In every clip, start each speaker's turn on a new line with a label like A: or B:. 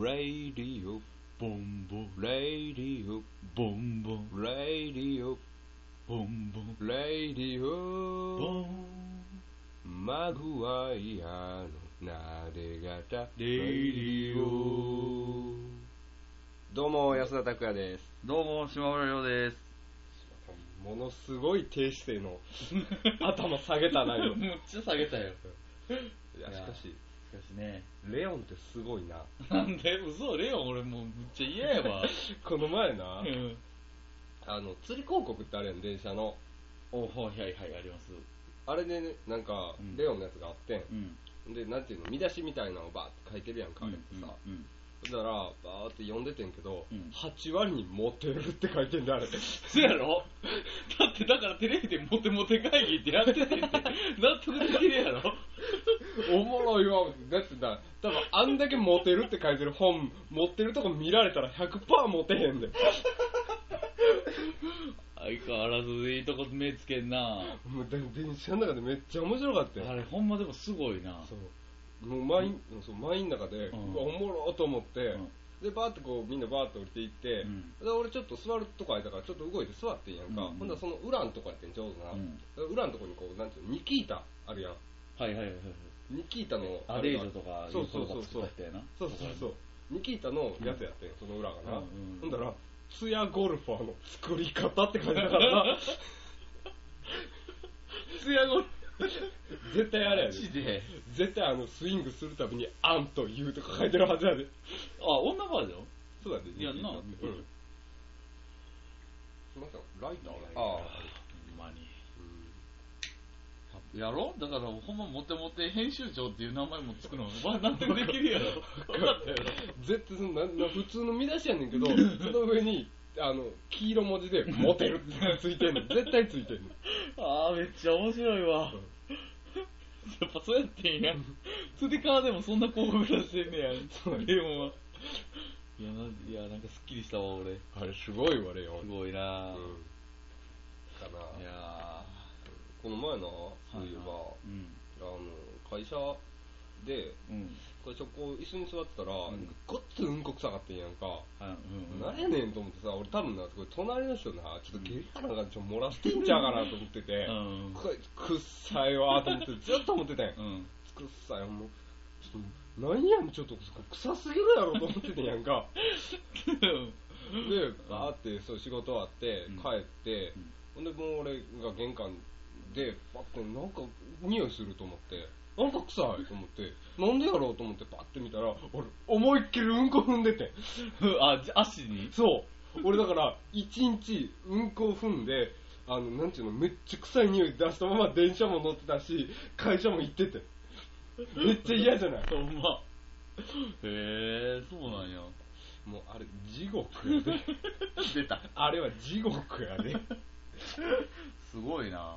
A: Radio ボンボ Radio ボンボ Radio ボンボ Radio ボンマグワイアのなで方 Radio どうも安田拓也です
B: どうも、島村亮 です。
A: ものすごい低姿勢の頭下げたな よ
B: むっちゃ下げたよ。
A: いやしかし
B: しかしね。
A: レオンってすごいな
B: なんで嘘レオン俺もうむっちゃ嫌やわ。
A: この前な
B: うん。
A: あの釣り広告ってあるやん電車の
B: おはいはいはい、あります。
A: あれでねなんか
B: うん
A: レオンのやつがあってん
B: うん。
A: で、なんていうの、見出しみたいなのをバーって書いてるやんか、あれってさ。
B: うん。
A: だから、バーって読んでてんけど、
B: うん
A: 8割にモテるって書いてんだ、あれ。
B: そうやろだってだからテレビでモテモテ会議ってやっててって納得できるやろ
A: おもろいわ、だってな、多分あんだけモテるって書いてる本、持ってるとこ見られたら100%モテへんで。
B: 相変わらずいいとこ目つけんな
A: もうで電車の中でめっちゃ面白かったよ
B: あ。れほんまでもすごいな。
A: そう。もう満員、そう満員の中で、
B: うん
A: うわおもろーと思って、
B: ん
A: で、バーってこう、みんなバーって降りていって、
B: うん
A: で俺ちょっと座るとこ空いたから、ちょっと動いて座ってんやんか。
B: うんうん
A: ほんだらその裏のとこやってん、ちょうどな。
B: うん
A: 裏のとこにこう、なんていうの、ニキータあるやん。
B: はいはいはいはい。
A: ニキータの、
B: アデージョとか、
A: そうそう
B: い
A: そうう
B: 子
A: そ
B: が
A: う
B: 作った。人やな。
A: そうそうそう。ニキータのやつやってん、その裏がな。
B: うんうん
A: ほんだら、ツヤゴルファーの作り方って書いてたから な。ツヤゴル絶対あれやで。
B: マジで。
A: 絶対あの、スイングするたびに、アンと言うとか書いてるはずやで。
B: あ、女バージョン
A: そうだね。
B: いや
A: ニキータ
B: な
A: って
B: ニキータ
A: うんすいません、ライターが
B: ああ
A: ああ。、
B: ほんまに。
A: うん
B: やろだから、ほんまモテモテ編集長っていう名前もつくの、まあ、なんでもできるやろ。分かったやろ。
A: 絶対そのなな普通の見出しやねんけ ど、その上に、あの、黄色文字で、モテるってつい てんの。絶対ついてんの。
B: ああ、めっちゃ面白いわ。やっぱそうやってんや。釣り革でもそんな広告出してんねや。
A: そう
B: でも、いや、ないやなんかすっきりしたわ、俺。
A: あれ、すごいわ、レオ
B: す
A: ン。
B: ごいな
A: うん。か
B: い
A: な
B: や
A: この前な、そういえば、
B: うん。
A: あの、会社で、
B: うん。
A: 会社こう、椅子に座ってたら、
B: ん
A: ごっつうんこ臭かってんやんか。
B: はい、うん。
A: なんやねんと思ってさ、俺多分な、これ隣の人な、ちょっとゲリラなんかちょっと漏らしてんちゃうかなと思ってて、
B: うん
A: こいつくっさいわーと思って、ずっと思ってたんやん
B: う。ん。
A: くっさいもうちょっと何やんちょっと臭すぎるやろと思っててんやんかでバーってそう仕事終わって
B: うん
A: 帰って、ほんでもう俺が玄関でパッてなんか匂いすると思ってなんか臭いと思ってなんでやろうと思ってパッて見たら俺思いっきりうんこ踏んでてん
B: あ、じ足に
A: そう俺だから一日うんこを踏んであのなんちゅうのめっちゃ臭い匂い出したまま電車も乗ってたし会社も行っててめっちゃ嫌じゃない
B: ほんま。へえ、そうなんや。
A: もうあれ地獄やで
B: 出た。
A: あれは地獄やで、
B: すごいな。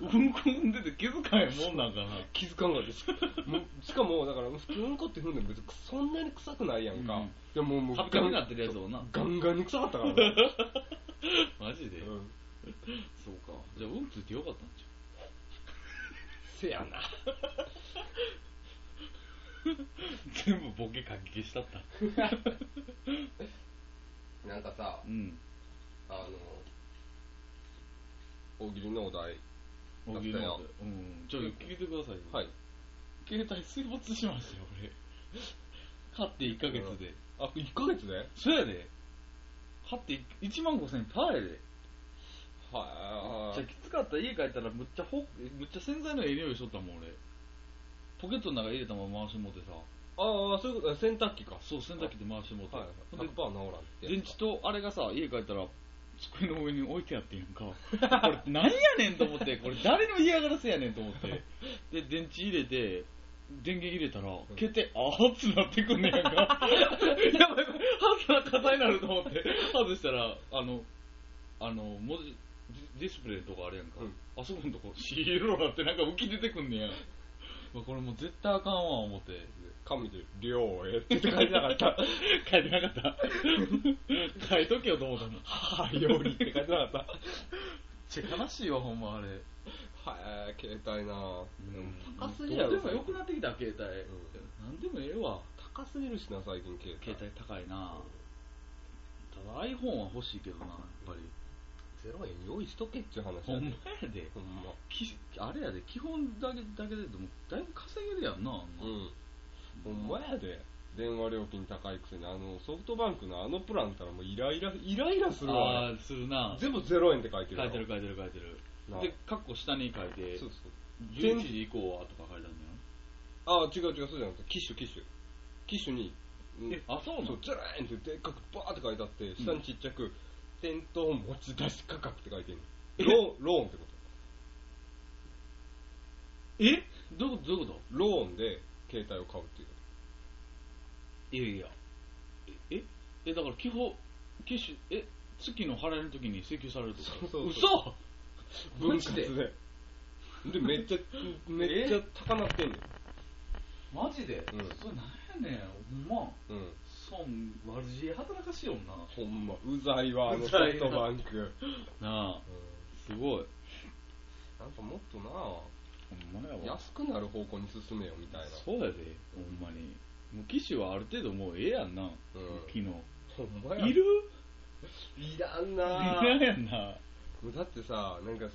A: なん
B: う
A: か
B: んこ踏んでて気づかへんもんなんかな。
A: 気づかんかったしもうしかもだから普通うんこって踏んでも別にそんなに臭くないやんか、
B: うん
A: でももう
B: ハッピ
A: ガ
B: ー
A: ン
B: になってるやつをな。
A: ガンガンに臭かったからね、
B: マジで、
A: うん、
B: そうか。じゃあ、うんついてよかったんち
A: せやな
B: ゃう全部ボケかき消したった。
A: なんかさ
B: うん。
A: あの大喜利のお題
B: おぎゅうの音うん。ちょっと聞いてくださいよ。
A: はい
B: 携帯水没しましたよ、俺。買って1ヶ月で。
A: あ1ヶ月では
B: そうやで。買って1万5千パーやで。めっちゃ
A: い
B: きつかった家帰ったらむっちゃほむっちゃ洗剤のええ匂いしとったもん俺ポケットの中入れたまま回してもうてさ
A: ああそういうこと洗濯機か
B: そう洗濯機で回してもうて、
A: はい
B: ほ
A: 100%
B: んで
A: 治らんって
B: 電池とあれがさ家帰ったら机の上に置いてやってんやん かこれ何やねんと思ってこれ誰の嫌がらせやねんと思って で電池入れて電源入れたら、携帯、あーってなって くんねやんか。やばいやばい、ハーツな硬いなると思って、外したら、あの、あの、文字、ディディスプレイとかあれやんか、
A: うん
B: あそこのとこ、シーローなってなんか浮き出てく んねや。うわこれもう絶対あかんわ、思って。
A: 神で「量へ」って書いてなかった
B: 書いてなかった。書いとけよと思ったの。
A: 「はより」って書いてなかった
B: めっちゃ悲しいわ、ほんまあれ。
A: はい、携帯なぁ。
B: うん
A: 高すぎやろ。
B: どうでもよくなってきた、携帯。
A: ん
B: なんでもええわ。
A: 高すぎるしな、最近携帯。
B: 携帯高いなただ iPhone は欲しいけどなやっぱり
A: 0円用意しとけっちゅう話や
B: ほんま
A: で
B: やで
A: ほんま。
B: きあれやで基本だけだけででもだいぶ稼げるやんなあんな
A: うん。ほんまやで。電話料金高いくせに、あの、ソフトバンクのあのプランったらもうイライラ、イライラするわ。
B: あーするな
A: 全部0円って書いて
B: 書
A: るやろ
B: いてる書いてる書いてる
A: なあ
B: でカッコ下に書いて
A: そうそう。
B: 11時以降はとか書いてあるんだよ
A: ああ、違う違う、そうじゃなくて、機種、機種。機種に、うん
B: えあそうなの
A: そう、ずらーんってでっかくバーって書いてあって、下にちっちゃく、店頭持ち出し価格って書いてる
B: え
A: ローン、ローンってこと。
B: えどういうことどういうこ
A: ローンで携帯を買うっていう。
B: といやいやえええだから基本機種え月の払える時に請求されるとか
A: そうそう
B: 嘘マ
A: 分
B: ジ
A: 割
B: で
A: で。で、めっ ちゃ、めっちゃ高なってんねん。
B: マジで、
A: うん
B: それなんやねんほんま
A: うん。
B: 損悪知恵働かしいよな
A: ほんま、うざいわ、あの
B: う
A: ソ
B: ざい
A: フ
B: な
A: トバンク。うん
B: なあすごい
A: なんかもっとな
B: ほんまやわ
A: 安くなる方向に進めよみたいな。
B: そうやでほんまにもう機種はある程度もうええやんな、機能
A: ほんまや。
B: いる
A: いらん
B: い
A: な
B: らんやんな
A: だってさ、なんか、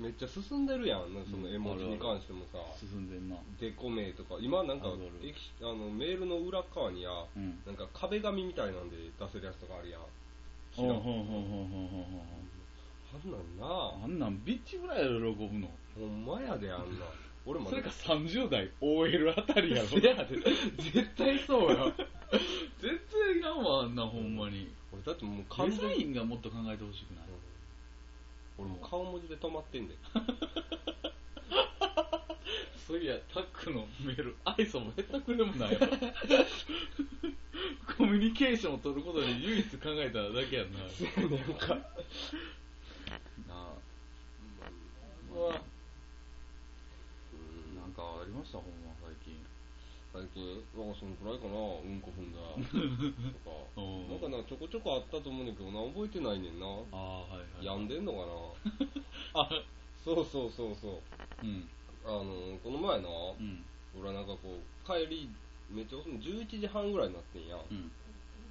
A: めっちゃ進んでるやん、その絵文字に関してもさ。
B: 進んでんな
A: デコ名とか、今なんか
B: あるある
A: 駅あの、メールの裏側にや、
B: うん
A: なんか壁紙みたいなんで出せるやつとかあるやん。
B: ほん
A: ら
B: ほん
A: ん
B: ほんほんほんほんほん
A: あんなんな
B: ほんあんなんビッチぐらいやろ喜ぶの
A: ほんまやで、あん なん。俺も
B: それか30代 OL あたりやろ
A: せやで。絶対そう や。
B: 全然いらんわあんなほんまに
A: 俺だってもう完
B: デ
A: 全
B: ザ
A: に
B: インがもっと考えてほしくない
A: 俺もう顔文字で止まってんで。
B: そういや、タックのメール、愛想も下手くれもないわ。 コミュニケーションを取ることで唯一考えただけや んな。
A: なんか、
B: なあ、
A: うわ
B: なんかありました、ほんま、最近。
A: 最近、なんかそのくらいかな、うんこ踏んだ とか。
B: うん
A: なんかな、ちょこちょこあったと思うねんだけどな、覚えてないねんな。
B: ああ、はい
A: 病ん
B: で
A: でんのかな
B: あ、
A: そうそうそうそう。
B: うん。
A: あの、この前な、
B: うん。
A: 俺なんかこう、帰り、めっちゃ遅い、11時半ぐらいになってんや。
B: うん。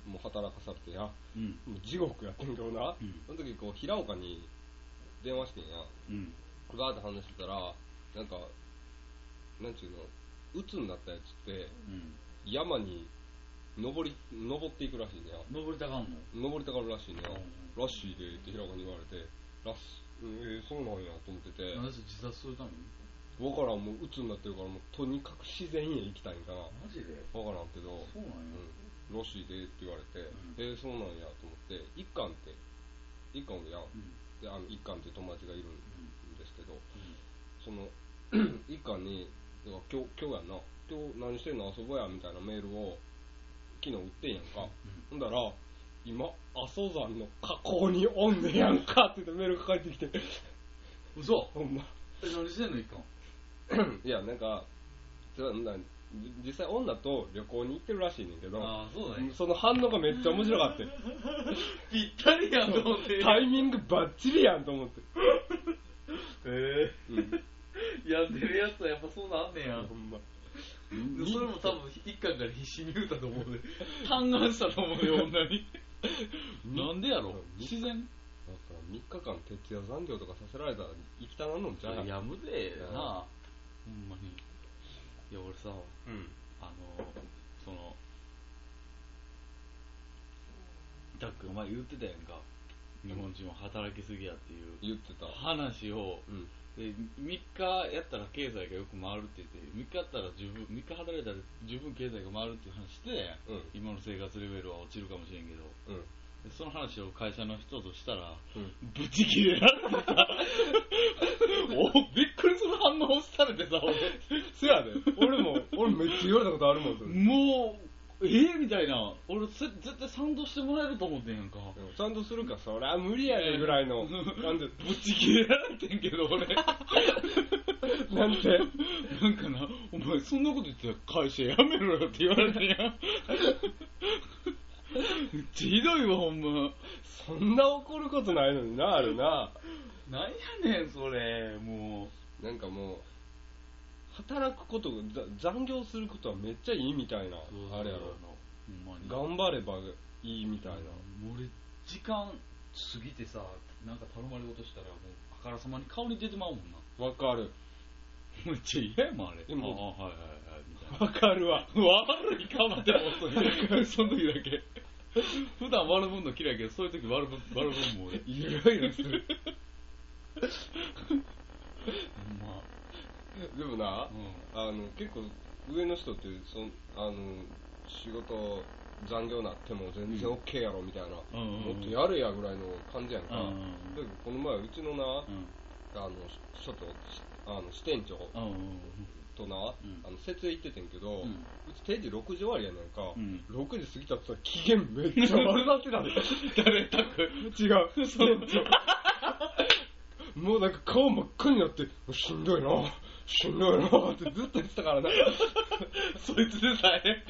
A: もう働かされてや。も
B: うん。
A: う地獄やってんけどな。
B: うん
A: その時こう、平岡に電話してんや。
B: うん。
A: バーって話してたら、なんか、なんちゅうの、鬱になったやつって、
B: うん。
A: 山に登り、登っていくらしいねや。
B: 登りたがんの
A: 登りたがるらしいねや。
B: うん
A: らしいでって平岡に言われて、らし、うんえー、そうなんやと思ってて。
B: なんで自殺するために
A: わからん、もう鬱になってるから、もうとにかく自然へ行きたいんかな。わ
B: マジで
A: からんけど、
B: そうなんや。
A: うん、らしいでって言われて、
B: う
A: えー、そうなんやと思って、一貫って、一貫おるやん。
B: うん。
A: で、あの、一貫っていう友達がいるんですけど、
B: うん
A: その、 一貫に、だから今日、今日やんな、今日何してんの遊ぼうや、みたいなメールを、昨日売ってんやんか。ほんだら、今、阿蘇山の河口におんねやんかって言ってメールが返ってきて、
B: うん。嘘
A: ほ んま。
B: え、何してんの、一貫。
A: いや、なんか、それなじ実際女と旅行に行ってるらしいねんけど、
B: ああ、そうだね。
A: その反応がめっちゃ面白かっ たよ
B: ぴったりやんと思って。
A: タイミングバッチリやんと思って。
B: え
A: うん、
B: えやってるやつはやっぱそうなんねや。
A: ほんま。
B: でそれも多分一巻から必死に言うたと 思うで。嘆願したと思うで、女に。なんでやろ自然
A: だから3日間徹夜残業とかさせられたら行きたなんのんちゃう
B: やむで
A: な
B: なほんまに。いや、俺さ、
A: うん。
B: あの、その、たっくんお前言ってたやんか。日本人は働きすぎやっていう
A: 言ってた。
B: 話を、
A: うん。
B: で3日やったら経済がよく回るって言って3日やったら十分3日働いたら十分経済が回るっていう話してたやん
A: うん。
B: 今の生活レベルは落ちるかもしれんけど
A: うん。
B: でその話を会社の人としたら
A: うん。
B: ブチ切れられてさおびっくりする反応をされてさ俺
A: せやで。俺も、俺めっちゃ言われたことあるもん、それ。
B: もうええみたいな俺せ絶対賛同してもらえると思ってんやんか
A: うんちゃんとするか、そりゃ無理やでぐらいの。なんで、
B: ブチ切れられてんけど俺
A: なんて。
B: なんかな、お前そんなこと言ってたら会社辞めろよって言われてんやん。めっちゃひどいわ、ほんま。
A: そんな怒ることないのにな、あるな。
B: なんやねん、それ、も
A: なんかもう、働くことざ残業することはめっちゃいいみたいなあれやろ
B: ほんまに
A: 頑張ればいいみたいな
B: もう俺時間過ぎてさなんか頼まれ事したらもうあからさまに顔に出てまうもんな
A: わかる
B: めっちゃ嫌やもんあれ
A: でも
B: ああはいはいはいみたいな
A: わかるわ
B: 悪い顔って思ってその時だけ普段悪ぶんの嫌いやけどそういう時悪ぶ悪ぶんもん俺ほ
A: いろいろする
B: んま
A: でもな
B: う
A: あの結構上の人ってそんあの仕事残業なっても全然
B: うん
A: OK やろみたいな、
B: うんうんうん
A: もっとやれやぐらいの感じやんか、
B: うんうんうん
A: だけどこの前うちのな、
B: ん
A: あの所長あの支店長
B: うんうん
A: とな、
B: ん
A: あの設営行っててんけど、
B: う
A: うんち定時6時終わりやねんか、
B: うん
A: 6時過ぎたってさ機嫌めっちゃ悪なってたで
B: 誰たく
A: 違う支店長もうなんか顔真っ赤になってしんどいなしんどいなってずっと言ってたからな
B: そいつでさえ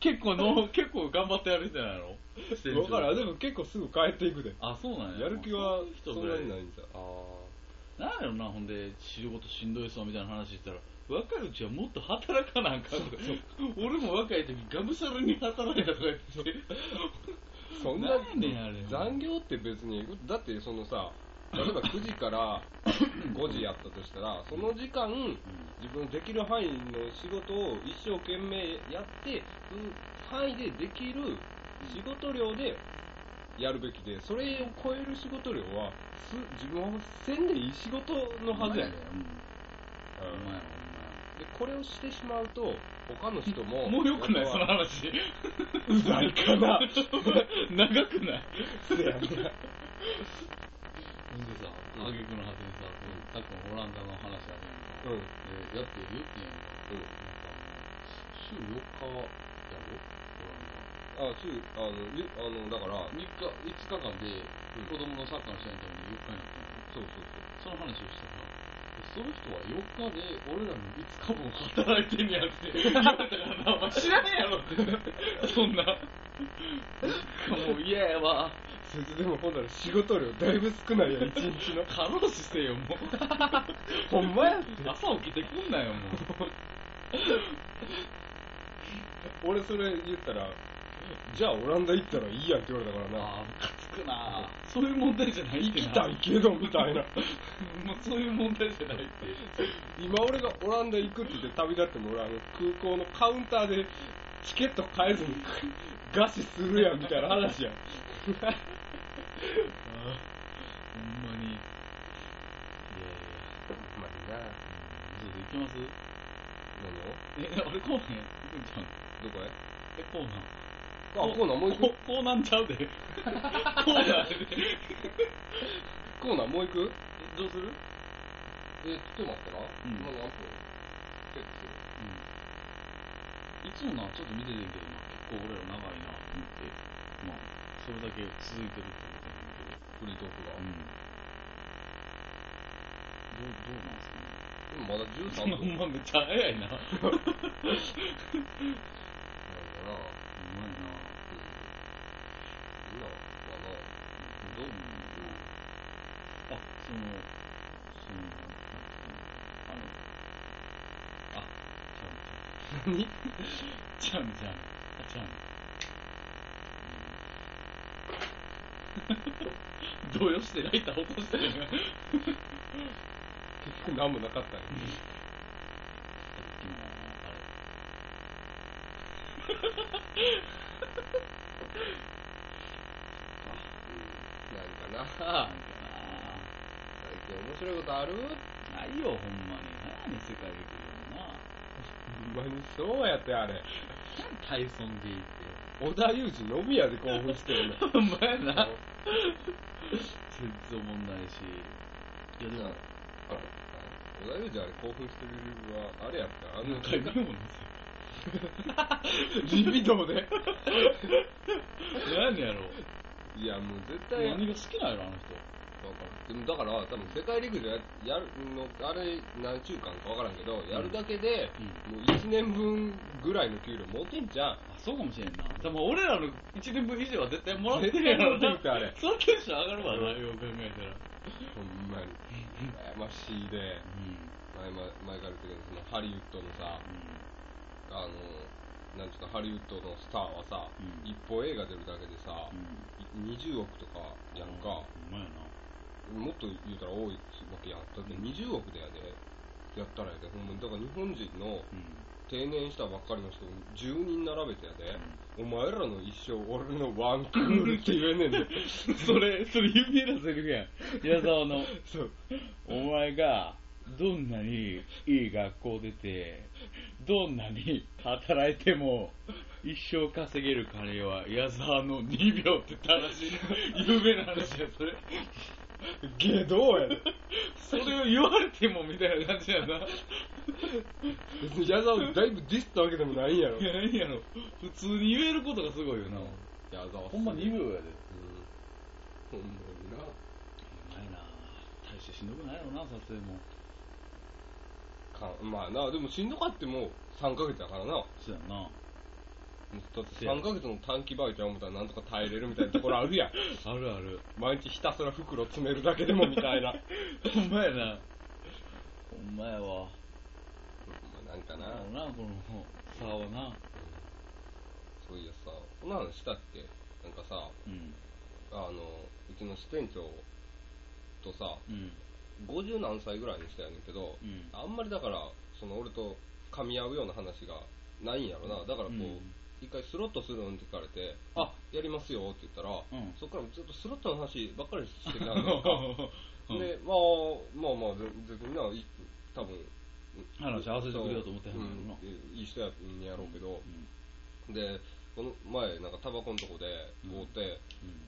B: 結構の結構頑張ってやる人やろ
A: 分からんでも結構すぐ帰っていくで
B: あそうなんや
A: やる気はそ
B: そうんいう人ぐら
A: ないにないんじゃあ
B: なんやろな、ほんで、仕事しんどいそうみたいな話したら、若いうちはもっと働かなあかんとか俺も若い時がむしゃらに働いたとか言って、
A: そんな
B: なんやねんあれ
A: 残業って別にだってそのさ例えば9時から5時やったとしたらその時間自分できる範囲の仕事を一生懸命やってその範囲でできる仕事量でやるべきでそれを超える仕事量はす自分はせんでいい仕事のはずやねん
B: うん。お前や
A: でこれをしてしまうと他の人
B: お
A: も
B: 前。 もう良くない
A: やっ
B: そ
A: ぱ
B: の話。
A: うざいか な
B: 長くな
A: せ
B: い
A: やな
B: ほんでさ、
A: うん
B: あげくの果てにさ、さっきのオランダの話あるやんか。
A: うんうん
B: えやってるって言うんやんか。週4日やろオラン
A: あ
B: ダ。
A: ついあのゆあのだから
B: 3日、5日間で子供のサッカーの試合のために4日になった
A: そ
B: の
A: うそ
B: その話をしたら、その人は4日で俺らの5日分働いてんねやって言われたからな、お前知らねえやろって。そんな。もう嫌やわ。
A: うそうそいつでもほんなら仕事量だいぶ少ないやん 一日の
B: 過労死せよ、もう。
A: ほんまやって
B: 朝起きてくんなよ、もう。
A: 俺それ言ったらじゃあオランダ行ったらいいやんって言われたからな
B: ああ、ムカつくなそういう問題じゃないっ
A: 行
B: て
A: き
B: な。
A: たいけどみたいな
B: もうそういう問題じゃないって。
A: 今俺がオランダ行くって言って旅立っても俺あの空港のカウンターでチケット買えずに餓死するやんみたいな話やん
B: ああ、ほんまに。いやいや。
A: まあな
B: ちょっと行きます
A: 何を
B: え、あれ、こうへん。行くんちゃん。
A: どこへ
B: え、こうなん。
A: あコーナーもう行く
B: ここう なんちゃうで。こうなんやで。
A: コーナーもう行く
B: えどうする
A: えちょっと待ったな、
B: うん
A: 今何分チェックする
B: うん。いつもな、ちょっと見ててんけどな、結構俺ら長いなと思って、まあ、それだけ続いてるってことなんだけど。
A: フリートークが、
B: ん。どう、どうなんすか
A: でもまだ13
B: ね。そ の
A: 分
B: まんまめっちゃ早いな。う
A: なんやな
B: まいな
A: うんみんなはまあな
B: どう思うあ、その、その、あの、あ、
A: 何
B: ちゃんちゃん。ちゃんちゃん。あ、ちゃん。うん動揺してライター落としてるよ。
A: 結局何もなかったねうんなんかな
B: あ、な
A: 最近面白いことある
B: んかな。ないよ、ほんまに。何やねん、世界陸上な。
A: ほんまにそうやってあれ
B: なんタイソンでいいって。
A: 織田裕二のみやで興奮してるね
B: ほんまやな。全然おもんないし。いや、で
A: じゃあ
B: も、
A: あ織田裕二あれ興奮してる理由はあれやってあの
B: タイミングもなさ
A: リビドーで
B: 何やろ
A: いやもう絶対
B: 何が好きなんやろあの人
A: わからんでもだから多分世界陸上ややるのあれ何週間かわからんけどやるだけで、もう1年分ぐらいの給料持てんじゃん
B: あそうかもしれんなでも俺らの1年分以上は絶対もらってるやろ
A: 絶対もらっ
B: な
A: てるってあれ
B: そのテンション上がるわなよう考えたら
A: ほんまに羨ましいで
B: う
A: まあ前前から言ってるけどそのハリウッドのさあのなんちゅうかハリウッドのスターはさ、
B: うん
A: 一本映画出るだけでさ、
B: う
A: 20億とか
B: ん
A: やんか、
B: ほんまやな
A: もっと言うたら多いわけやんだって20億でやでやったらやでほんまにだから日本人の
B: うん
A: 定年したばっかりの人10人並べてやで、お前らの一生俺のワンクールって言えねえんだよ
B: それそれ有名なセリフやん矢沢の
A: そう
B: お前がどんなにいい学校出てどんなに働いても一生稼げる金は矢沢の2秒って言った話有名な話やそれ
A: 下道やで
B: それを言われてもみたいな感じやな
A: 別に矢沢をだいぶディスったわけでもないんやろ
B: いや何やろ普通に言えることがすごいよな
A: 矢沢
B: ほんま2
A: うん、
B: 秒やで
A: ほんまにな
B: ないな大してしんどくないよな撮影も
A: かまあなでもしんどかっても3ヶ月だからな
B: そうやんな
A: だって3ヶ月の短期バイトや思ったらなんとか耐えれるみたいなところあ るやん
B: あるある
A: 毎日ひたすら袋詰めるだけでもみたいな
B: ほんまやなほんまやわ
A: まあなんかな、
B: ななこの差はな
A: そういやさこの話したっけなんかさ
B: うん
A: あのうちの支店長とさ
B: うん
A: 50何歳ぐらいにしたやねんけど
B: うん
A: あんまりだからその俺と噛み合うような話がないんやろなだからこう、
B: うん
A: 一回スロットするんって聞かれて「あやりますよ」って言ったら、
B: ん
A: そっからずっとスロットの話ばっかりしてた のか
B: うん
A: で、まあ、まあまあ、ぜ全然な、い多分
B: 話合わせてくれようと思って
A: へ
B: へ
A: ん
B: んのやろな
A: うん、いい人やんやろうけど、
B: うん
A: で、この前、なんかタバコのとこで、
B: うん
A: こうて、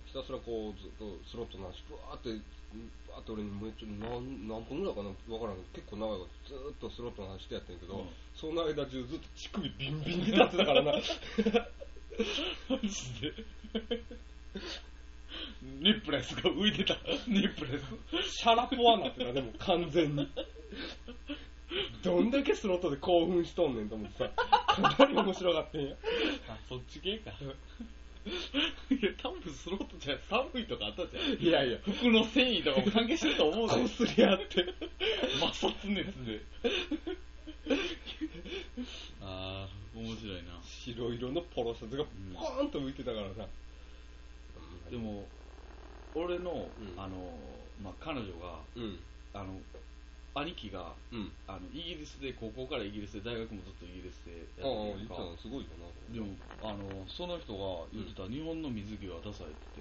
A: ひたすらこう、ずっとスロットの話、ぶわーって、ぶわーって俺にめっちゃ何、何分ぐらいかな、わからんけど、結構長いこと、ずーっとスロットの話してやってんけど、
B: うん
A: その間中ずっと乳首ビンビンに立ってたからな。
B: マジ でニップレスが浮いてたニップレス
A: シャラポワなってな、でも完全に。どんだけスロットで興奮しとんねんと思ってさ、かなり面白がってんや。
B: あそっち系かいや多分スロットじゃん寒いとかあったじゃん
A: いやいや、
B: 服の繊維とかも関係してると思う
A: こすり合って。
B: 摩擦熱で ああ面白いな
A: 白色のポロシャツがポーンと浮いてたからさ。
B: で、も俺の、
A: ん
B: あのまあ彼女が
A: うん、
B: あの兄貴が
A: うん。
B: あのイギリスで高校からイギリスで大学もずっとイギリスで
A: ああ、
B: やって
A: い
B: る
A: い
B: か
A: じゃん、すごいよ
B: でもあのその人が言ってた、日本の水着はダサいって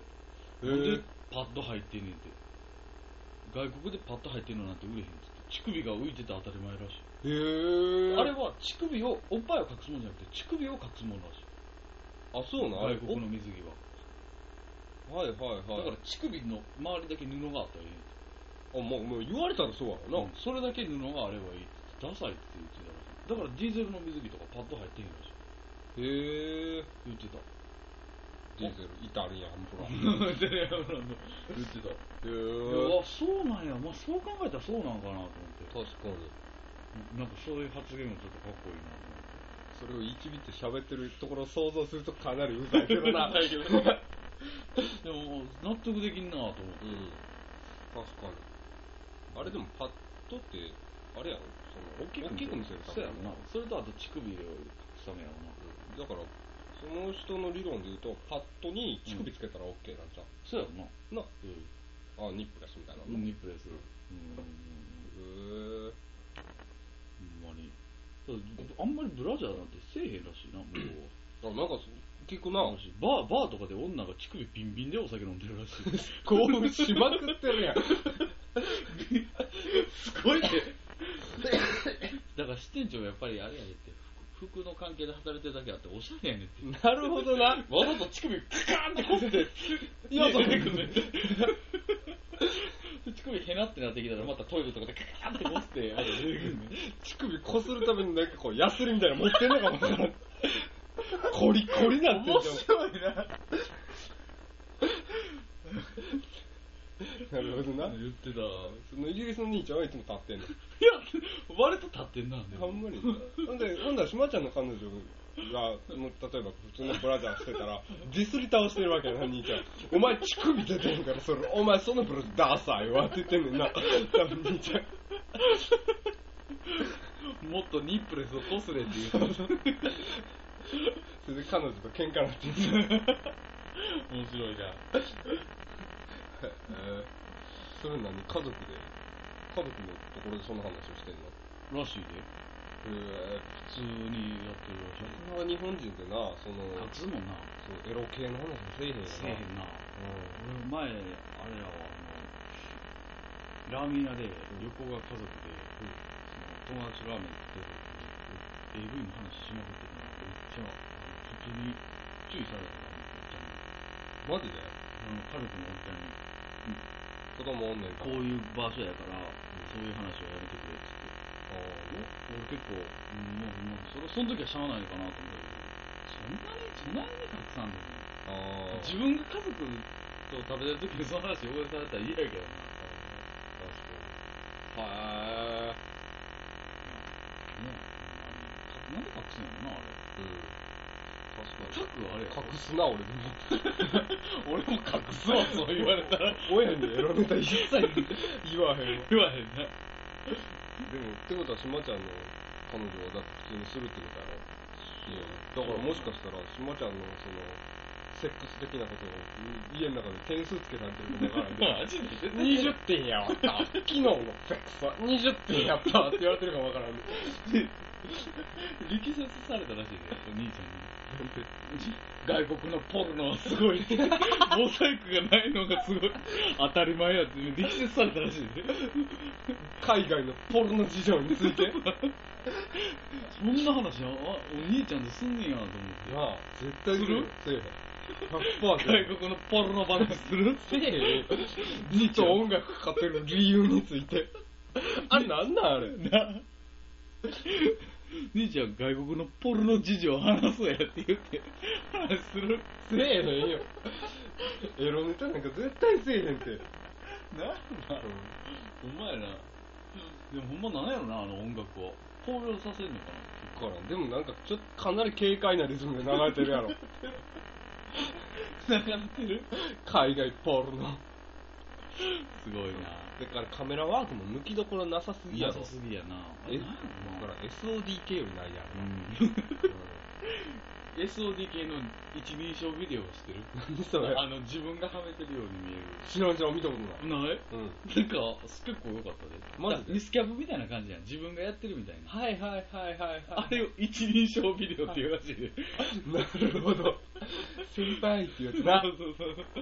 A: な。
B: 言って、
A: へ
B: なんでパッド入ってんねんって外国でパッド入ってんのなんて売れへんっつって乳首が浮いてて当たり前らしい
A: え。へえ。
B: あれは乳首をおっぱいを隠すもんじゃなくて乳首を隠すもんらしい
A: あ、そうな。
B: 外国の水着は
A: おはいはい
B: だ
A: はい。
B: から乳首の周りだけ布があったらいい
A: あ、もう、もう言われたらそうやろな。
B: うんそれだけ布があればいいってダサいって言ってたらしいだからディーゼルの水着とかパッド入ってへんらしい
A: へえ。
B: 言ってた
A: ディーゼル、イタリアンプラ。
B: 言ってた言ってた
A: へえ。
B: あそうなんや、まあ、そう考えたらそうなんかなと思って
A: 確かに。
B: なんかそういう発言もちょっとかっこいいなと
A: それを
B: 思って
A: 一ビって喋ってるところを想像するとかなり うざいけどな。
B: けどでも納得できんなと思って
A: うん。確かに。あれでもパッとって、あれやろその大きく見せるため
B: そうやろなそれとあと乳首を隠すためやろな
A: うんだから、その人の理論で言うと、パッとに乳首つけたら OK なんじゃん。
B: そうやろ
A: な、
B: な
A: あ、
B: う
A: ニップレスみたいなの。
B: ん
A: へ
B: ニップレスうん
A: ー
B: ほんまにあんまりブラジャーなんてせえへんらしいな向こ
A: あなんか、聞く
B: う
A: な
B: は。昔バーバーとかで女が乳首ビンビンでお酒飲んでるらしい
A: 興奮しまくってるや ん。
B: すごいねだから支店長やっぱりあれやねって服服の関係で働いてるだけあっておしゃれやねって
A: なるほどな。
B: わざと乳首クカーンってこすって
A: よそ
B: 出てくんねん 乳首へなってなってきたらまたトイレとかでクカーンってこすってまた出てくんねん
A: 乳首こするためになんかこう、ヤスリみたいなの持ってんのかもわ からん。コリコリなってんじゃん。
B: 白いな
A: なるほどな。
B: 言ってたい
A: そのイギリスの兄ちゃんはいつも立ってんの。
B: や割と立ってんなで
A: あ
B: も
A: んまり。ほんで、ほんだら、しまちゃんの彼女が、もう例えば普通のブラジャーしてたら、ディスり倒してるわけやな、兄ちゃん。お前、乳首出てるから、それ、お前、そのブラジャーダサいわって言ってんねんな。多分兄ちゃん。
B: もっとニップレスをこすれって言う面白
A: それで彼女と喧嘩になってる
B: いな
A: えーそれ何家族で家族のところでそんな話をしてんの
B: らしいで
A: え
B: 普通にやってるらしい
A: ーそれは日本人ってなその
B: 隠すもんな
A: そうエロ系の話はせえへんよな
B: せえへんな
A: う
B: 俺前あれやわあのラーメン屋で
A: ん
B: 旅行が家族で、その友達ラーメン食ってた時に、AV の話しまくってたのめっちゃあの普通に注意されたからおっちゃんに
A: んマジで
B: うん家族のおっちゃんに
A: 子供おんねんから
B: こういう場所やから、そういう話はやめてくれっつって
A: あー
B: 俺結構、うん、もうもうそれその時はしゃあないのかなと思ったけどそんなにそんなにたくさんでも
A: あー
B: 自分が家族と食べてる時にその話汚されたら嫌やけどな
A: 確かにはえ
B: ねえなんで隠すんやろなあれ
A: うん
B: タ
A: 確
B: クはあれや
A: か
B: ろ
A: に隠すな俺でも
B: 俺も隠すわそう言われたら
A: 親にエロネタ一切言わへんわ
B: 言わへんな
A: でもってことは島ちゃんの彼女はだって普通にするってことやろいやだからもしかしたら島ちゃんのそのセックス的なことを家の中で点数つけられてるかもわからんで
B: マジで絶対
A: 20点やわった昨日のセックスは20点やったって言われてるかもわからんで
B: 力説されたらしいでお兄ちゃんに外国のポルノはすごいってモザイクがないのがすごい当たり前やって力説されたらしいで
A: 海外のポルノ事情について
B: そんな話あお兄ちゃんとすんねんやと思って
A: なあ絶対
B: する
A: せえへん100%せえへん
B: 外国のポルノ話する
A: せえよ。ずっと音楽かかってる理由について。あれなんなんあれ。
B: な兄ちゃん外国のポルノ事情話そうやって言って話する
A: せえへんよ。エロネタなんか絶対せえへんって。
B: ななほんまやなでもほんまなんやろなあの音楽を高揚させるのか
A: わからん。でもなんかちょっとかなり軽快なリズムで流れてるや ろ。
B: な流れてる
A: 海外ポルノ。
B: すごいな
A: だからカメラワークも抜きどころなさすぎや
B: 嫌
A: ろ。
B: すぎやなあ
A: え
B: れなんや
A: だ
B: ろ
A: から
B: な
A: SODK よりないやろ。
B: SOD 系の一人称ビデオをしてる
A: 何それ
B: あの自分がはめてるように見え
A: 知らんじゃん見たことない。
B: る
A: う
B: ない
A: ん。
B: なんか結構良かったで
A: マジで
B: ミスキャップみたいな感じやん自分がやってるみたいな
A: はいはいはいはい
B: あれを一人称ビデオっていうらしいで。
A: なるほど。 先輩ってやつ
B: な
A: な
B: そ。うそうそう。
A: ん
B: そうそ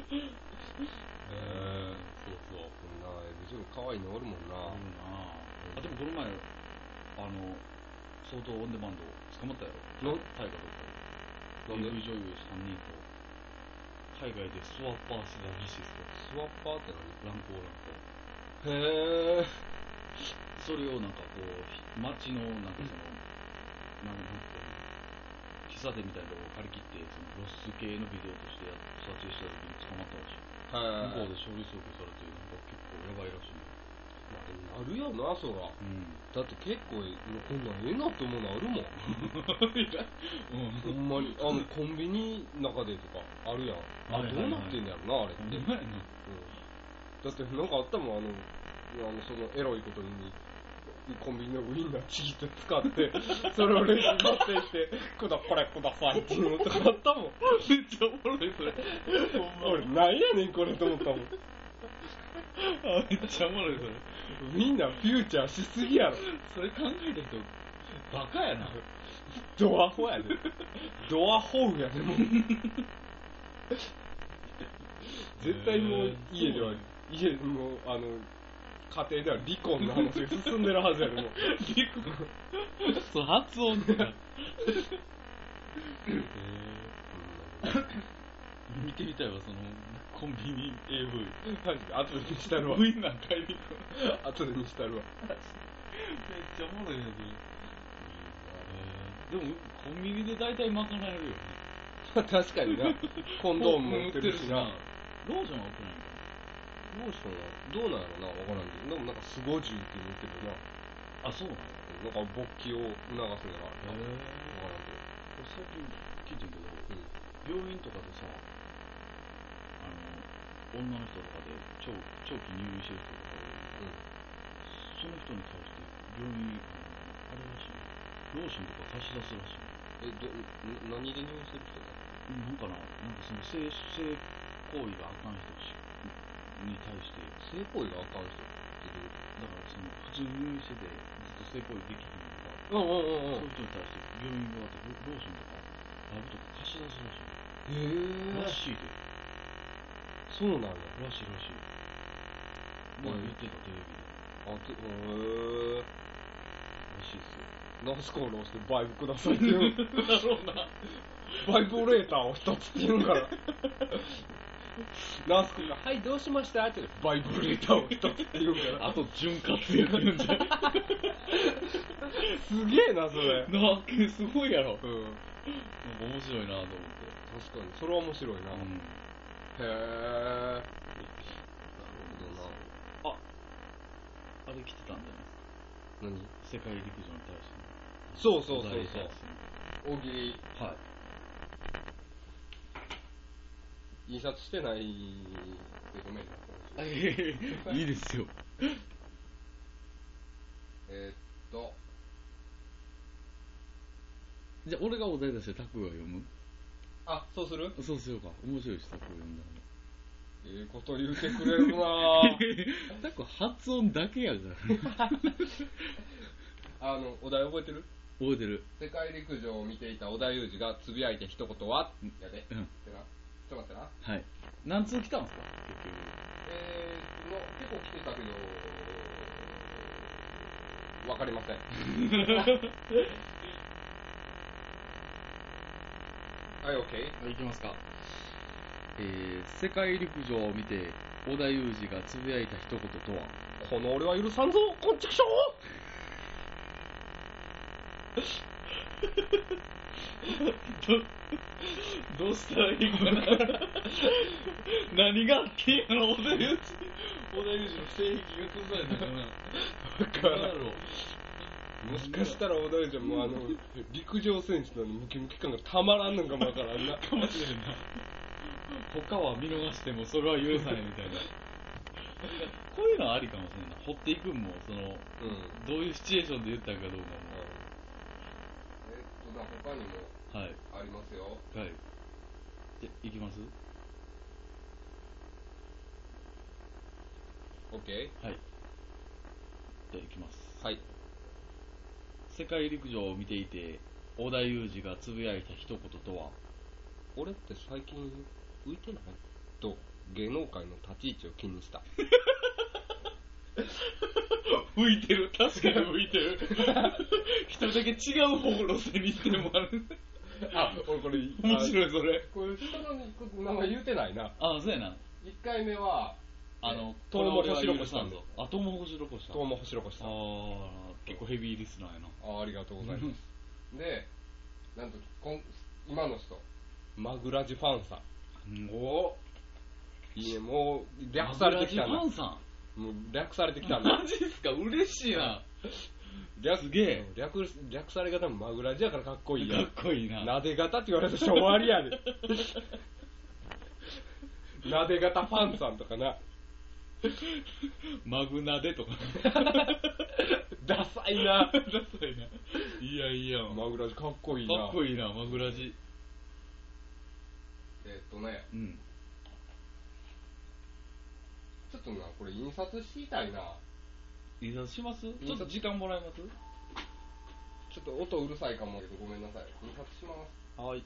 B: う。
A: そんな MJ も可愛いのおるもんな、
B: あるなあ、でもこの前、あの、相当オンデマンド捕まったやろ。
A: なん
B: タイガーとか。
A: なんで
B: AV 女優3人と、海外でスワッパーしてたらしいですよ。
A: スワッパーって
B: 乱行乱行。
A: 何へえ
B: それをなんかこう、街のなんかその、なんかなんていうの喫茶店みたいなところを借り切って、その露出系のビデオとしてやっ撮影した時に捕まったらしい。向こうで
A: は
B: 書類送検されて、なんか結構やばいらしい。
A: いなるよなそら
B: うん。
A: だって結構こんなんええなって思うのあるもんほ
B: うん。
A: んまにあのコンビニの中でとかあるやんあ
B: はいはいはい
A: どうなってんやろなあれって、うん、だ
B: や
A: っ
B: な。
A: てなんかあったもんあのあのそのエロいことにコンビニのウインナーちぎって使ってそれをレジに持って行って 「くだこれください」っていうのとかあったもん
B: めっちゃおもろい、それ。ほん
A: 俺なんやねんこれと思ったもん
B: ま。あめっちゃおもろい、それ。
A: みんなフューチャーしすぎやろ。
B: それ考えた人、バカやな。
A: ドアホやで。ドアホーやで、もう。絶対もう家では
B: へー、
A: 家でもう、あの、家庭では離婚の話が進んでるはずやで、もう。
B: そう、発音と か。見てみたいわ、その、コンビニ AV。
A: マジで、後で見したるわ。
B: ウインナー買いに行く。
A: 後で見したるわ。
B: めっちゃおもろいやつ。でも、コンビニで大体賄えるよね。
A: 確かにな。コンドームも売ってるしな。。
B: ローションは売って
A: ど
B: ないんか
A: うしような。どうなんやろな、わからんけど。でもなんか、スゴジュって言ってるよ
B: な。あ、そうなの
A: な。なんか、勃起を促すんやから。
B: へ
A: わからんけ
B: え。
A: ど。
B: 俺最近聞いてんけど、
A: うん
B: 病院とかでさ、あの、女の人とかで長長期入院してる人とかおるやんその人に対して病院、あのあれらしいローションとか貸し出すらしい
A: えどん何で入院する人だ
B: なんかな、なんかその性性行為があかん人たちに対して、
A: 性行為があかん人ってどういうこ
B: だからその普通に入院してて、ずっと性行為できひんとか、
A: とうんうん
B: そういう人に対して病院側ってロローションとか、ラブとか貸し出すらしい。
A: へえ
B: らしいで。
A: そうなんや
B: らしいらしい。前言ってたテレビで。
A: あてへえ
B: らしいっすよ。
A: ナースコールをしてバイブくださいっていう
B: だろうな。
A: バイブレーターを一つって言うから ナースコールが「はいどうしました?」って言うからバイブレーターを一つって言うから
B: あと潤滑やってるんじゃん。な
A: すげえなそれ
B: あ、すごいや ろ。
A: うん
B: なんか面白いなと思って。
A: 確かにそれは面白いな、へ
B: ん。
A: えなるほどな
B: あ、あれ来てたんじゃない
A: 何
B: 世界陸上に対しての
A: そうそうそう
B: お題に
A: そ
B: 対
A: う
B: して
A: 大喜利
B: のはい
A: 印刷してないでごめんな
B: あいやいやいやいいですよ
A: えーっと
B: じゃあ俺がお題出してタクが読む
A: あそうす る
B: そうしようか面白いしタクが読んだ
A: ええこと言うてくれるな
B: らタク発音だけやから
A: あのお題覚えてる
B: 覚えてる
A: 世界陸上を見ていた織田裕二がつぶやいて一言は
B: うん
A: やでって
B: うん
A: なちょっと待ってな
B: はい何通来たんすか結局
A: えーっとの結構来てたけどわかりません はい OK
B: はい、行きますか。えー、世界陸上を見て、織田裕二がつぶやいた一言とは
A: この俺は許さんぞこんちくしょ
B: どうしたらいいかな何があってんやろ織田裕二織田裕二の性癖が崩れたかな
A: う
B: 何やろ
A: もしかしたら小田井ちゃんもあの陸上選手のムキムキ感がたまらんのかもわからんな
B: かもしれんな 他は見逃してもそれは許さないみたいなこういうのはありかもしれんない掘っていくんもその
A: うん
B: どういうシチュエーションで言ったんかどうか
A: えっとな他にも
B: もはい
A: ありますよ
B: はいじゃいきます
A: OK
B: はいじゃあいきます
A: はい
B: 世界陸上を見ていて織田裕二がつぶやいた一言とは
A: 俺って最近浮いてないと芸能界の立ち位置を気にした
B: 浮いてる確かに浮いてる一人だけ違う方路線にしてもある
A: あ俺これ
B: 面
A: い
B: 白いそれ
A: これ人の名前言うてないな
B: あそうやな
A: 1回目は
B: あの
A: トウモロコシロコシさん
B: これ俺は許さんぞあトウモロコシロコシさん
A: どうも星野越さん
B: ああ結構ヘビーリスナーやな
A: あありがとうございますでなんとこん今の人マグラジファンさんおいやもう略されてきた
B: マ
A: な
B: グラジファン
A: もう略されてき
B: さ
A: た
B: ん
A: な
B: マジっすか嬉しいな
A: 略
B: すげえ
A: 略略され方もマグラジやからかっこいいや
B: かっこいいな
A: なで型って言われたら終わりやでなで型ファンさんとか な
B: マグナ デとか
A: ダサいな
B: ダサいないやいやか
A: マグラジかっこいいな
B: っこいいなマグラジ
A: えっとね
B: うん
A: ちょっとなこれ印刷したいない
B: いします
A: い
B: ちょっと時間もらえます
A: ちょっと音うるさいかもけどごめんなさい印刷します
B: はい。い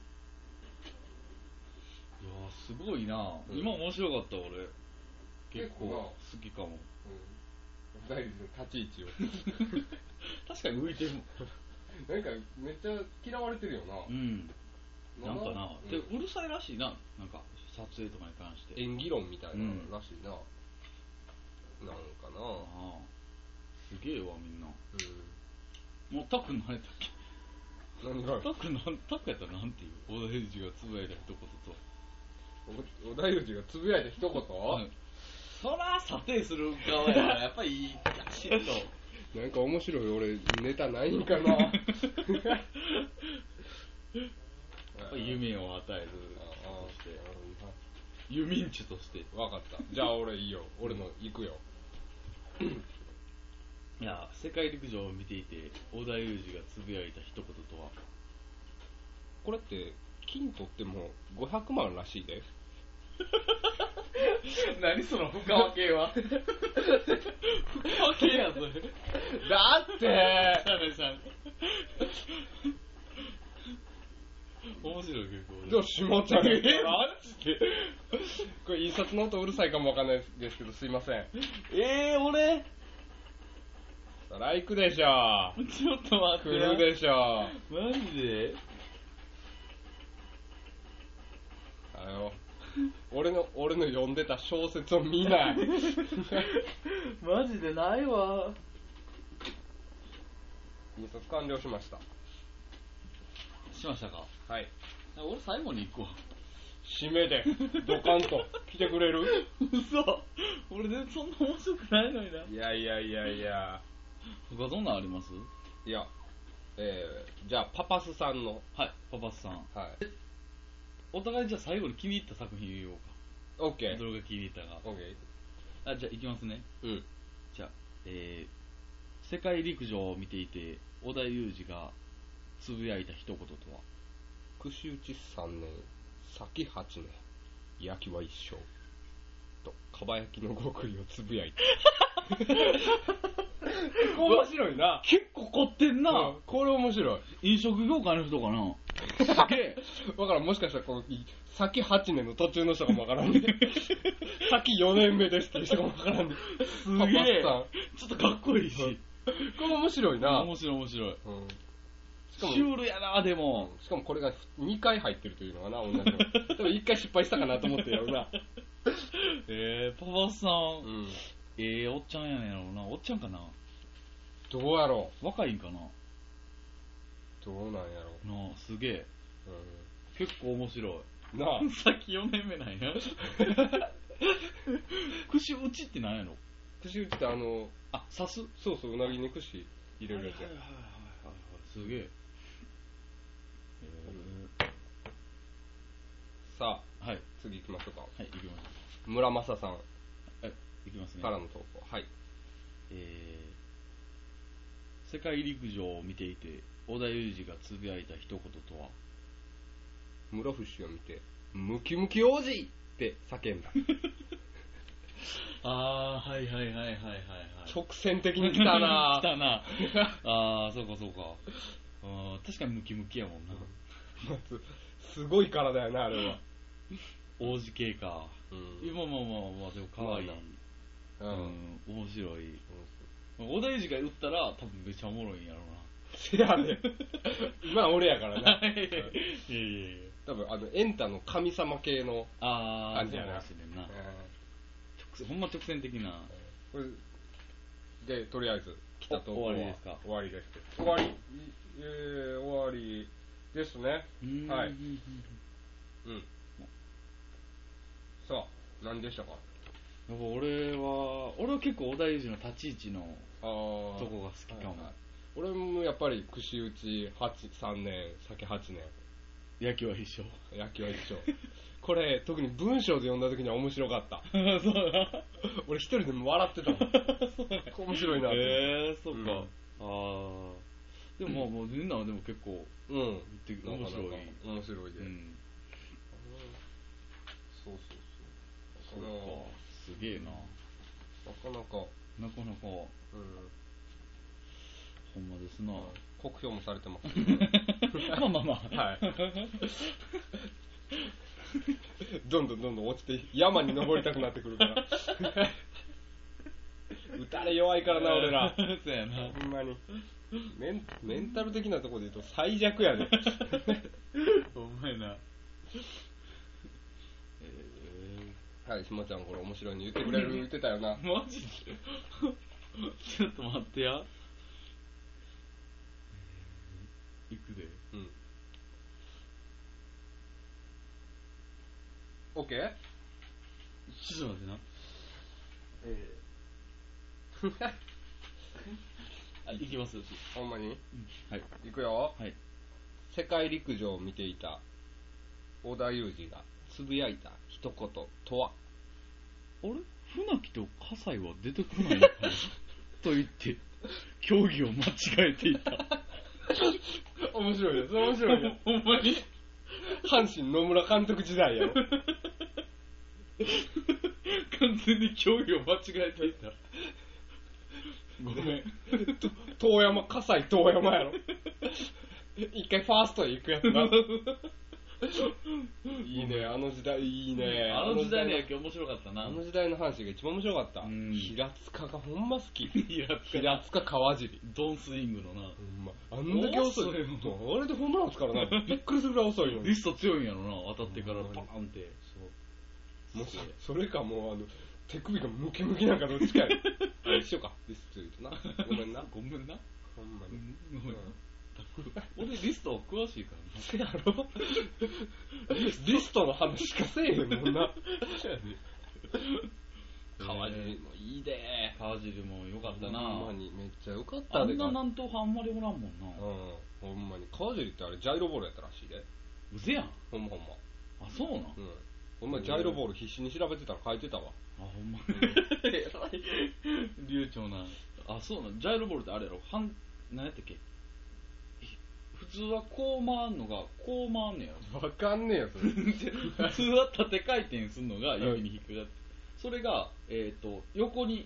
B: やーすごいな、
A: うん
B: 今面白かった、俺。結
A: 結
B: 構
A: 構な
B: 好きかも。
A: うん大事の立ち位置を
B: 確かに浮いてるもん。
A: なんかめっちゃ嫌われてるよな
B: うん。なんかな、
A: うん
B: で、うるさいらしいな、なんか、撮影とかに関して。
A: 演技論みたいなのらしいな、なんかな
B: ああすげえわ、みんな。
A: う
B: もうタク慣れたっけ
A: ん何が
B: タクなん、タクやったらなんていう小田裕二がつぶやいた一言と。
A: お小田裕二がつぶやいた一言、
B: うんそら、査定する側や から、やっぱり、ガシッと。
A: なんか面白い俺ネタないんかなや
B: やっぱり夢を与える
A: ああ
B: として、
A: あ
B: 遊民地として。
A: 分かったじゃあ俺いいよ俺の行くよ
B: いや、世界陸上を見ていて、織田裕二がつぶやいた一言とは、
A: これって金取っても500万らしいで
B: 何その深川系は深川系やそれ
A: だって
B: しゃあないしゃあない 面白い結構
A: じゃあ下ちゃん
B: えマジで
A: これ印刷の音うるさいかもわかんないですけどすいません
B: えー、俺
A: そら行くでしょ
B: ちょっと待って
A: 来るでしょあ
B: マジ で
A: れを俺の俺の読んでた小説を見ない
B: マジでないわ
A: 印刷完了しました
B: しましたか
A: はい
B: 俺最後に行くわ
A: 締めでドカンと来てくれる
B: 嘘俺全然そんな面白くないのにない
A: やいやいやいや
B: 他どんなんあります
A: いやえー、じゃあパパスさんの
B: はいパパスさん
A: はい
B: お互いじゃあ最後に気に入った作品言おうか
A: OK
B: どれが気に入ったか
A: OK
B: あじゃあ行きますね
A: うん
B: じゃあ、えー、世界陸上を見ていて、織田裕二がつぶやいた一言とは、
A: 串打ち3年先8年焼きは一生とかば焼きの極意をつぶやいて面白いな
B: 結構凝ってんな、
A: うんこれ面白い
B: 飲食業界の人かな、すげえ、
A: だからんもしかしたらこの先8年の途中の人かもわからん で先4年目ですっていう人かもわからんです
B: げえ
A: パパ
B: ちょっとかっこいい
A: うん
B: し、
A: スさんこれ面白いな、
B: 面白い、面白い、
A: うんし
B: シ
A: かも
B: ュールやな、でも、
A: しかもこれが2回入ってるというのがな 同じのでも1回失敗したかなと思ってやるな、
B: えー、パパさ、
A: うんん、
B: ええおっちゃんやねんやろうな、おっちゃんかな、
A: どうやろ
B: 若いんかな、な
A: うどうなんやろ
B: あ、すげえ、
A: う、うん
B: 結構面白い。
A: なあ
B: さっき4年目なん や。串打ちってなんやろ
A: 串打ちってあの
B: あ、刺す
A: そうそううなぎに串入れるやつや
B: すげえ。
A: さあ
B: はい、はい、
A: 次行きましょうか
B: 行きます。
A: 村正さん
B: はい、行きますね。
A: からの投稿はい
B: えー、世界陸上を見ていて、織田裕二がつぶやいた一言とは、
A: 室伏を見て「ムキムキ王子!」って叫んだ
B: あー、はいはいはいはいはい、はい。
A: 直線的に来たな
B: 来たな。あー、そうかそうか。あー確かにムキムキやもんな。
A: まずすごい体やなあれは、
B: 王子系か。
A: うん
B: 今まあまあまあ、でも可愛い。
A: まう
B: うんん、面白い。小田裕二が打ったら多分めちゃおもろいんやろ
A: せや で今俺やからな
B: な。いやいやいや
A: 多分あのエンタの神様系の、
B: あー、
A: 感じや
B: そうか
A: な
B: もしれんな。
A: う
B: 直ほんま直線的な。
A: んこれでとりあえず来た投稿は
B: お終わりですか
A: 終わりです終わりいえー終わりですねは
B: う
A: い
B: ん
A: うんさあ何でしたか
B: やっぱ俺は、俺は結構小田裕二の立ち位置の
A: あー
B: とこが好きかも
A: はいはい俺もやっぱり串打ち8 3年酒8年
B: 野球は必 勝。
A: 野球は一 緒これ特に文章で読んだ時には面白かった
B: そうな。
A: 俺一人でも笑ってたもん面白いなって、
B: えー、そっか。
A: うん
B: あー。でもまあもうみんなはでも結構、
A: うん
B: 言って
A: な
B: 面白い
A: かなか面白いで、
B: うん。
A: そうそう
B: そ
A: そうう
B: か。すげえな。
A: なかなか、
B: なかなか、ほ
A: うん
B: ん まですな。
A: 酷評もされてます
B: まあまあまあ。
A: はいどんどんどんどん落ちて山に登りたくなってくるから打たれ弱いからな俺ら
B: そうやな。
A: ほんまにメンメンタル的なところで言うと最弱やで
B: お前な。え
A: はいしまちゃんこれ面白いに言ってくれる言ってたよな
B: ー、 マジで ちょっと待ってや。いくで。
A: うん。オッケー
B: ちょっと待ってな。
A: え
B: あ、いきますよ。
A: ほんまに
B: はい。
A: いくよ。
B: はい。
A: 世界陸上を見ていた織田裕二がつぶやいた一言とは
B: あれ船木と葛西は出てこないのかな と言 って、競技を間違えていた。
A: 面白いよ。それ面白いよ。
B: ほんまに
A: 阪神野村監督時代 やろ。
B: 完全に競技を間違えていた。ごめん。
A: と遠山、葛西遠山やろ。 一回ファーストへ行くやつ な。いいね、あの時代、いいね。
B: あの時代の野球面白かったな。
A: あの時代の阪神が一番面白かった。
B: うん
A: 平塚がほんま好き。
B: いや、
A: 平塚川尻。
B: ドンスイングのな。
A: ほんま。あんだけ 遅い。
B: 遅い
A: もうあれでホームラン打つからな。びっくりするぐらい遅いのに
B: リ。スト強いんやろな、当たってからパーンって。
A: そうもうそれかもうあの手首がムキムキなんかどっちか やあ一緒かリスト言うとなごめんな
B: ごめんな。
A: ほんま
B: う
A: に
B: んごめんな。俺リスト詳しいからな。
A: せやろリストの話しかせえへんもんな川尻もいいで
B: 川尻もよかった
A: ほんま
B: な。
A: にめっちゃよかった
B: あ
A: で
B: んな
A: うん
B: 南東派あんまりおらんもんな。
A: ほんまに川尻ってあれジャイロボールやったらしいで
B: うぜやん。あ、
A: ほんまほんま
B: そうなん。あ
A: うんほんまジャイロボール必死に調べてたら書いてたわ、
B: ほ んま。
A: うん
B: えらい流暢な。あ、そうなん。ジャイロボールってあれやろ。はん、なんやったっけ。普通はこう回んのが、こう回んね やろ。
A: わかんねえやそれ
B: 普通は縦回転するのが指に引っかかって、それが、えー、と横に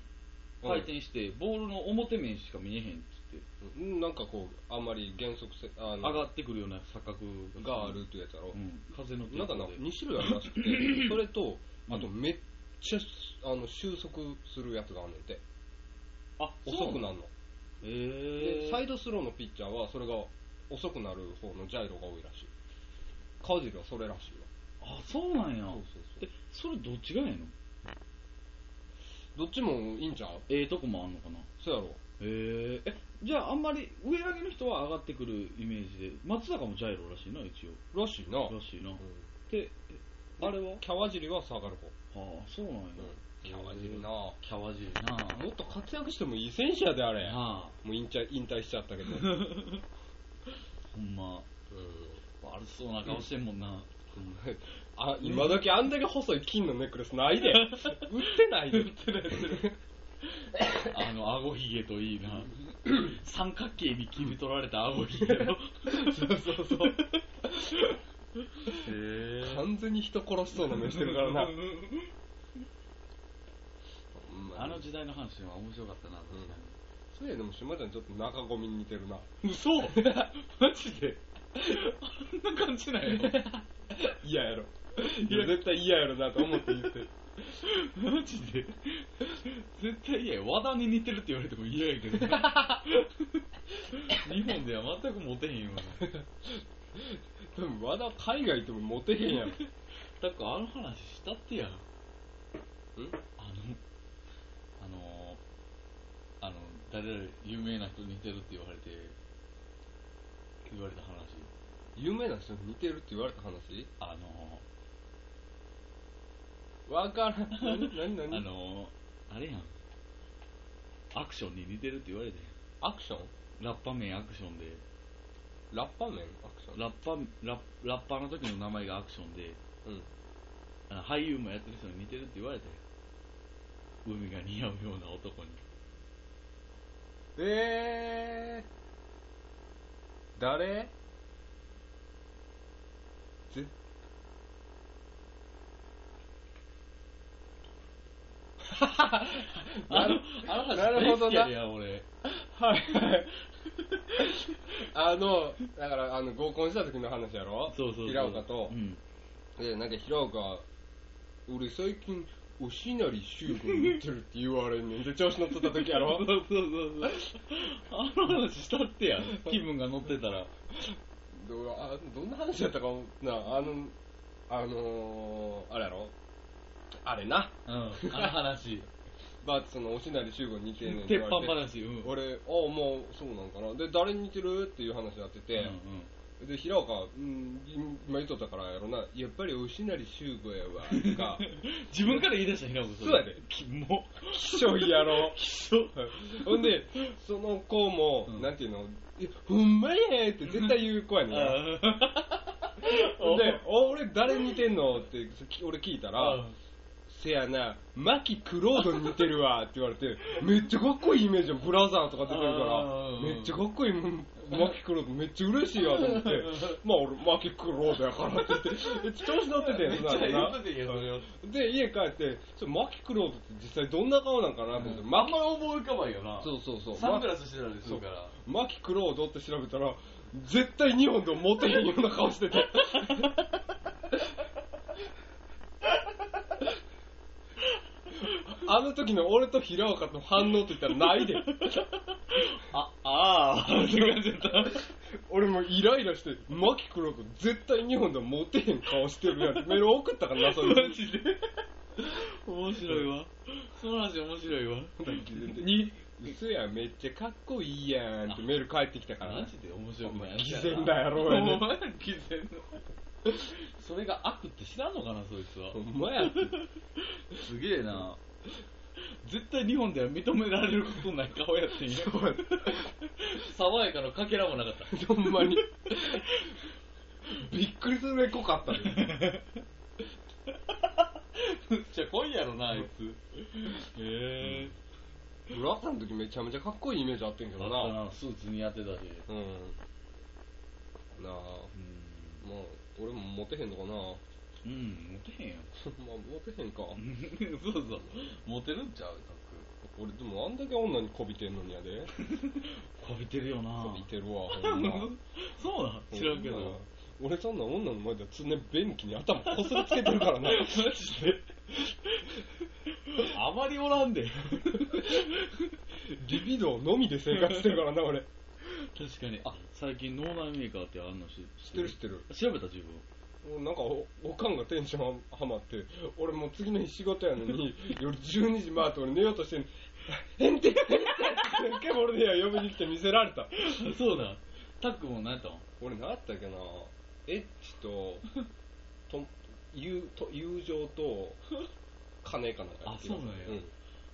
B: 回転して、ボールの表面しか見えへんっつって、
A: うんなんかこうあんまり減速せあの
B: 上がってくるような錯覚
A: があるっていうやつやろ
B: う、ん、風の
A: なんかな
B: 抵抗で
A: 2種類あるらしく てそれと
B: うん
A: あとめっちゃあの収束するやつがあんねんて
B: あ
A: 遅くな
B: る
A: るの
B: え
A: で
B: ー、
A: サイドスローのピッチャーはそれが遅くなる方のジャイロが多いらしい川尻はそれらしいわ
B: あそうなんや
A: そうそうそう
B: えそれどっちがええの
A: どっちもいいんちゃう
B: ええとこもあんのかな
A: そうやろ
B: えー、えじゃああんまり上上げの人は上がってくるイメージで松坂もジャイロらしいな一
A: らしいな、
B: 応らしいな、
A: うん
B: であれは
A: キャワ尻は下がる方、
B: ああそうなんや、
A: キャワ尻な
B: えー
A: も
B: キャワジルなあ
A: っと活躍してもいい選手やであれ
B: なあ
A: もう引退引退しちゃった けど、うん
B: ほんま悪そうな顔してんも んな、
A: あ今時あんだけ細い金のネックレスないで売ってない で売ってない
B: あの顎ひげとい いな三角形に切り取られた顎ひげの
A: そうそうそう
B: へ
A: 完全に人殺 しそうな目してるからな
B: あの時代の話は面白かったな確か
A: そういやでも島ちゃんちょっと中込みに似てるな
B: に嘘 マジであんな感じなんや
A: 嫌やろいや絶対嫌やろなと思って言って る
B: マジで絶対嫌や和田に似てるって言われても嫌やけどな日本では全くモテへんよな
A: でも和田海外行ってもモテへんやろん
B: だからあの話したってやあの、あの、あの、誰々、有名な人に似てるって言われて、言われた話。
A: 有名な人に似てるって言われた話
B: あの、
A: わからん何何何
B: あの、あれやん。アクションに似てるって言われて。
A: アクション
B: ラッパ名アクションで、
A: ラッパ麺アクション
B: ラッパ、ラッラッパーの時の名前がアクションで、
A: うん
B: あの俳優もやってる人に似てるって言われて。海が似合うような男に。
A: えー、誰ぜな
B: あの
A: る、
B: あの話
A: なるほどな
B: 大好きやねん俺。
A: はい はいあのだからあの合コンした時の話やろ
B: そうそうそう。
A: 平岡と
B: う、ん。
A: でなんか平岡俺最近おしなり修君似てるって言われんねんで調子乗ってた時やろ
B: そうそうそうそう。あの話したっ てや。気分が乗ってたら。
A: どうあどんな話やったかなあのあのー、あれやろあれな
B: うん。あ の話。
A: バーツのおしなり集合に似てんねんって言
B: 鉄板
A: われて
B: 話。うん。
A: 俺ああもうそうなんかなで誰に似てるっていう話になって
B: うんう
A: て、
B: ん
A: で平岡、うん、今言っとったからやろなやっぱりおしなり集合やわと か
B: 自分から言い出した平子さん。
A: そうやで。
B: きも。
A: きしょいやろ
B: き しょ。
A: ほんでその子も、
B: うん
A: なんていうのえほんまやねって絶対言う子やねん なで、あ俺誰似てんのってき俺聞いたら、せやな、マキ・クロードに似てるわって言われて、めっちゃかっこいいイメージじゃん、ブラザーとか出てるから
B: あー、
A: めっちゃかっこいい、マキ・クロード、めっちゃ嬉しいわと思って、まあ俺、マキ・クロードやからって言って、調子乗ってて、
C: めっちゃ
A: な
C: 言っててんやそれを
A: で、家帰って、ちょマキ・クロードって実際どんな顔なんかなと思って、マ
C: あん
A: キ
C: ま思い浮かばんよな
A: そうそうそう、
C: サングラスしてたりするから
A: マキクロードって調べたら、絶対日本でもモテへんような顔して て。あの時の俺と平岡との反応って言ったらないで。
B: あ、あー、って感じだった。
A: 俺もイライラして、マキクロード絶対日本でもモテへん顔してるやん。メール送ったからな、それ。
B: マ ジで。面白いわ。その話面白いわ。に、
A: 嘘やん、めっちゃかっこいいやんってメール返ってきたから
B: マ
A: な。
B: ジで面白くない。
A: 偽善だやろうやね
B: お前ら偽善だそれが悪って知らんのかな、そいつは。
A: ほんまやって。
B: すげえな。絶対日本では認められることない顔やってんよ。
C: 爽やかのかけらもなかった
A: ほん まに。びっくりするぐらい濃かったね。
B: むっちゃ濃いやろな、あいつ。へえ。
A: ブラックの時めちゃめちゃかっこいいイメージあってんけ
B: だ
A: ど
B: った
A: な。
B: な、スーツ似合ってたし。
A: うん。なあ、もう、俺もモテへんのかな。
B: うん、うん、モテへんやん。
A: まあ、モテへんか。
B: そうそう。モテるんちゃう
A: 俺でもあんだけ女にこびてんのにやで。
B: こびてるよな
A: こびてるわ、ほんま。
B: そうなん 知らんけ
A: ほま
B: ど。
A: 俺そんな女の前では常に便器に頭こすりつけてる からな。
B: マジで。あまりおらんで。
A: リビドーのみで生活してるからな、俺。
B: 確かに。あ、最近脳内メーカーってあんのし
A: 知ってる知ってる。
B: 調べた自分。
A: なんかお、おかんがテンションはまって、俺もう次の日仕事やのに、 夜12時回って俺寝ようとしてんの、 変態変態って、ケモルディア呼びに来て見せられた。
B: そうだ。タックも何やったん
A: 俺何やったっけな、エッチと、と、友と友情と、金かなんかやってきました
B: あそうなんや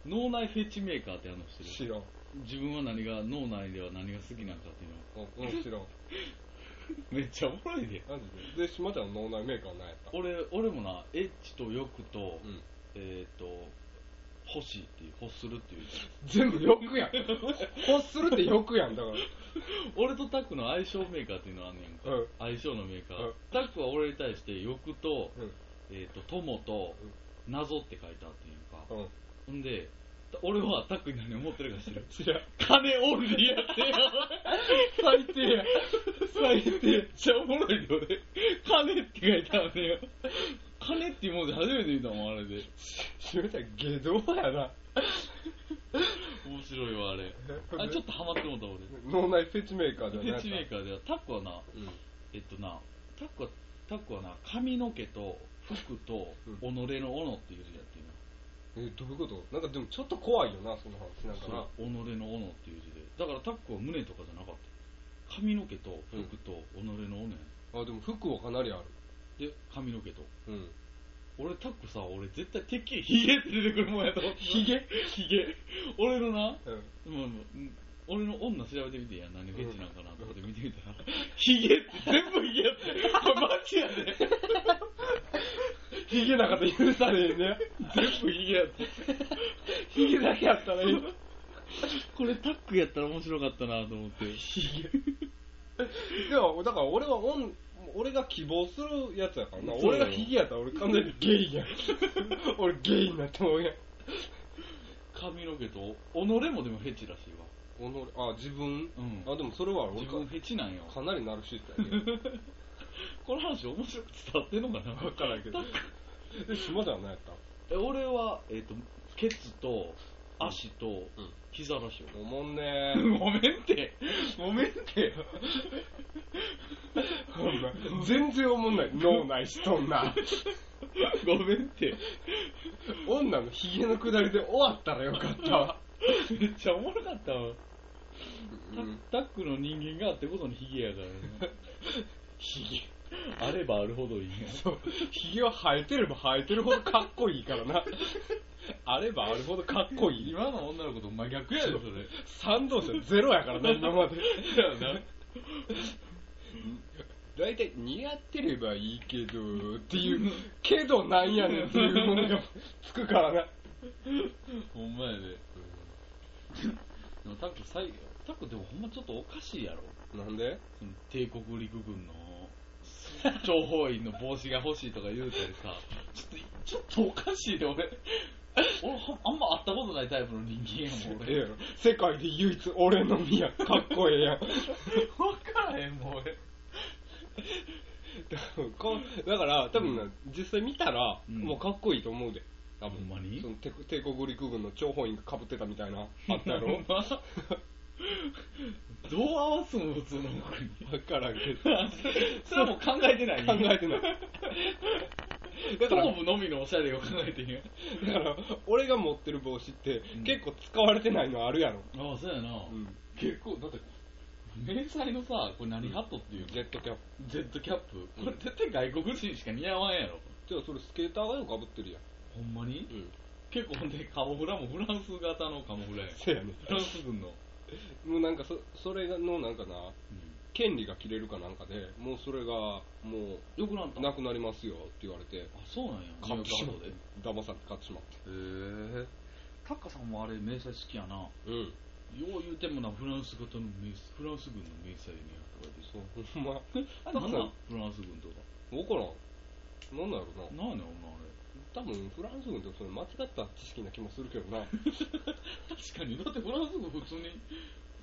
B: 脳内フェチメーカーってあんの
A: うん。
B: して
A: 知
B: る。
A: らん。
B: 自分は何が、脳内では何が好きなのかっていうの。
A: うん、知らん。
B: めっちゃおもろいで。
A: マジで。で、島ちゃんの脳内メーカーは何やった
B: 俺、俺もな、エッチと欲と、
A: うん。
B: えっ、と、欲しいっていう、欲するっていう。
A: 全部欲やん。欲するって欲やん、だから。
B: 俺とタックの相性メーカーっていうのあんねんか。
A: うん
B: 相性のメーカー。
A: うん
B: タックは俺に対して欲と、
A: うん。
B: えっ、と、友と、謎って書いてあってんやんか。
A: うん。
B: ほんで、た俺はタックに何思ってるか知る。
A: 知らん。
B: 金オンリーやってよ。
A: 最低や。最低
B: めっちゃおもろいで俺。金って書いてあんねんよ。金っていうもんで初めて見たもん、あれで。
A: しめたら下道や な。
B: 面白いわ、あれ。あれちょっとハマってもうた、俺。
A: 脳内フェチメーカーじゃ
B: フ
A: な
B: ェ
A: い
B: チメーカーでは、タックはな、
A: うん。
B: えっとな、タックは、タックはな、髪の毛と服と、己の斧っていう字やってるな。
A: え、どういうことなんかでもちょっと怖いよな、その話。なんかな。
B: そう己の斧っていう字で。だからタックは胸とかじゃなかった。髪の毛と服と己の斧やん。
A: あ、でも服はかなりあ
B: で、髪の毛と。
A: る。うん。
B: 俺タックさ、俺絶対てっきりヒゲって出てくるもんやと思って。ヒゲヒゲ。俺
A: う
B: のな、
A: ん。
B: まあまあうん俺の女調べてみてや、何フェチなんかなとかで見てみたら、ヒゲって全部ヒゲやって、これマジやで、
A: ヒゲなんかで許されへんね。
B: 全部ヒゲやって、
A: ヒゲだけやったらいい。
B: これタックやったら面白かったなと思って、ヒゲ、
A: でも、だから俺はオン、俺が希望するやつやからな。
B: そう
A: 俺がヒゲやったら俺完全にゲイやん。 俺ゲイになってもうやん。
B: 髪の毛と、己もでもフェチらしいわ、
A: おのあ、自分、
B: うん
A: あ、でもそれは俺
B: 自
A: か
B: 分フェチなんよ、
A: かなりナルシスト やね。
B: この話面白く伝わってんのかな、
A: わからんけど。え、島じゃないやった
B: え俺は、えっと、ケツと足と
A: うん
B: 膝らしいわ。
A: おもんねー。
B: ごめんって、ごめんって。
A: ほんま全然おもん ない。脳内しとんな。
B: ごめんって。
A: 女のヒゲのくだりで終わったらよかったわ。
B: めっちゃおもろかったわ。タタックの人間があってことにヒゲやから
A: ヒ
B: な。あればあるほどいい
A: ゲ。そう。ヒゲは生えてれば生えてるほどかっこいいからな。あればあるほどかっこいい。
B: 今の女の子と真逆やで、それ。
A: 賛同者ゼロやからな、今まで。
B: だよな。
A: 大体似合ってればいいけどっていうけどなんやねんっていうものがつくからな
C: ほんまやで。でもタック最、タックでもほんまちょっとおかしいやろ。
A: なんで
C: その帝国陸軍の諜報員の帽子が欲しいとか言うたりさ、 ちょっと、ちょっとおかしいで俺、 俺ほあんま会ったことないタイプの人間やもん
A: ええ
C: 俺。
A: やろ世界で唯一俺のみやかっこええやん
C: わからへんもん俺。
A: こ だから多分な、実際見たら、
B: うん
A: もうかっこいいと思うで多分
B: ほんまに
A: その帝帝国陸軍の諜報員がかぶってたみたいなあったやろ
C: ほんま どう合わすの普通の 服に。
A: 分からんけど
C: それはもう考えてない。
A: 考えてない だから
C: 頭部のみのおしゃれを考えてんよ。
A: だから俺が持ってる帽子って、
B: うん
A: 結構使われてないのあるやろ、
C: ああ、そうやな。
A: うん
C: 結構、だって、迷彩のさ、これ何ハットっていうの
A: ジェットキャップ
C: ジェットキャップこれ絶対外国人しか似合わんやろ。
A: じゃあそれスケーターがよくかぶってるやん
C: ほんまに
A: うん
C: 結構ほんでカモフラもフランス型のカモフ ラやん。
A: せやね
C: フランス軍の。
A: もうなんかそそれのなんかな権利が切れるかなんかでもうそれがも
B: よくなっ
A: う
B: た
A: なくなりますよって言われて
B: あそうなんや
C: か
A: 買ってしまっ
C: ニュ
A: て
C: ー
A: 騙されて買ってしまって
B: へえタッカさんもあれ迷彩好きやなよ
A: うん
B: う言うてもなフランス型の迷彩フランス軍の迷彩にやったで
A: そうほんま
B: あれ
A: なん
B: 何
A: な
B: なんんフランス軍とか
A: 分からんなんだろうな
B: 何やねんお前あれ
A: 多分フランス軍ってそれ間違った知識な気もするけどな
B: 確
C: 確かに、だってフランス軍普通に、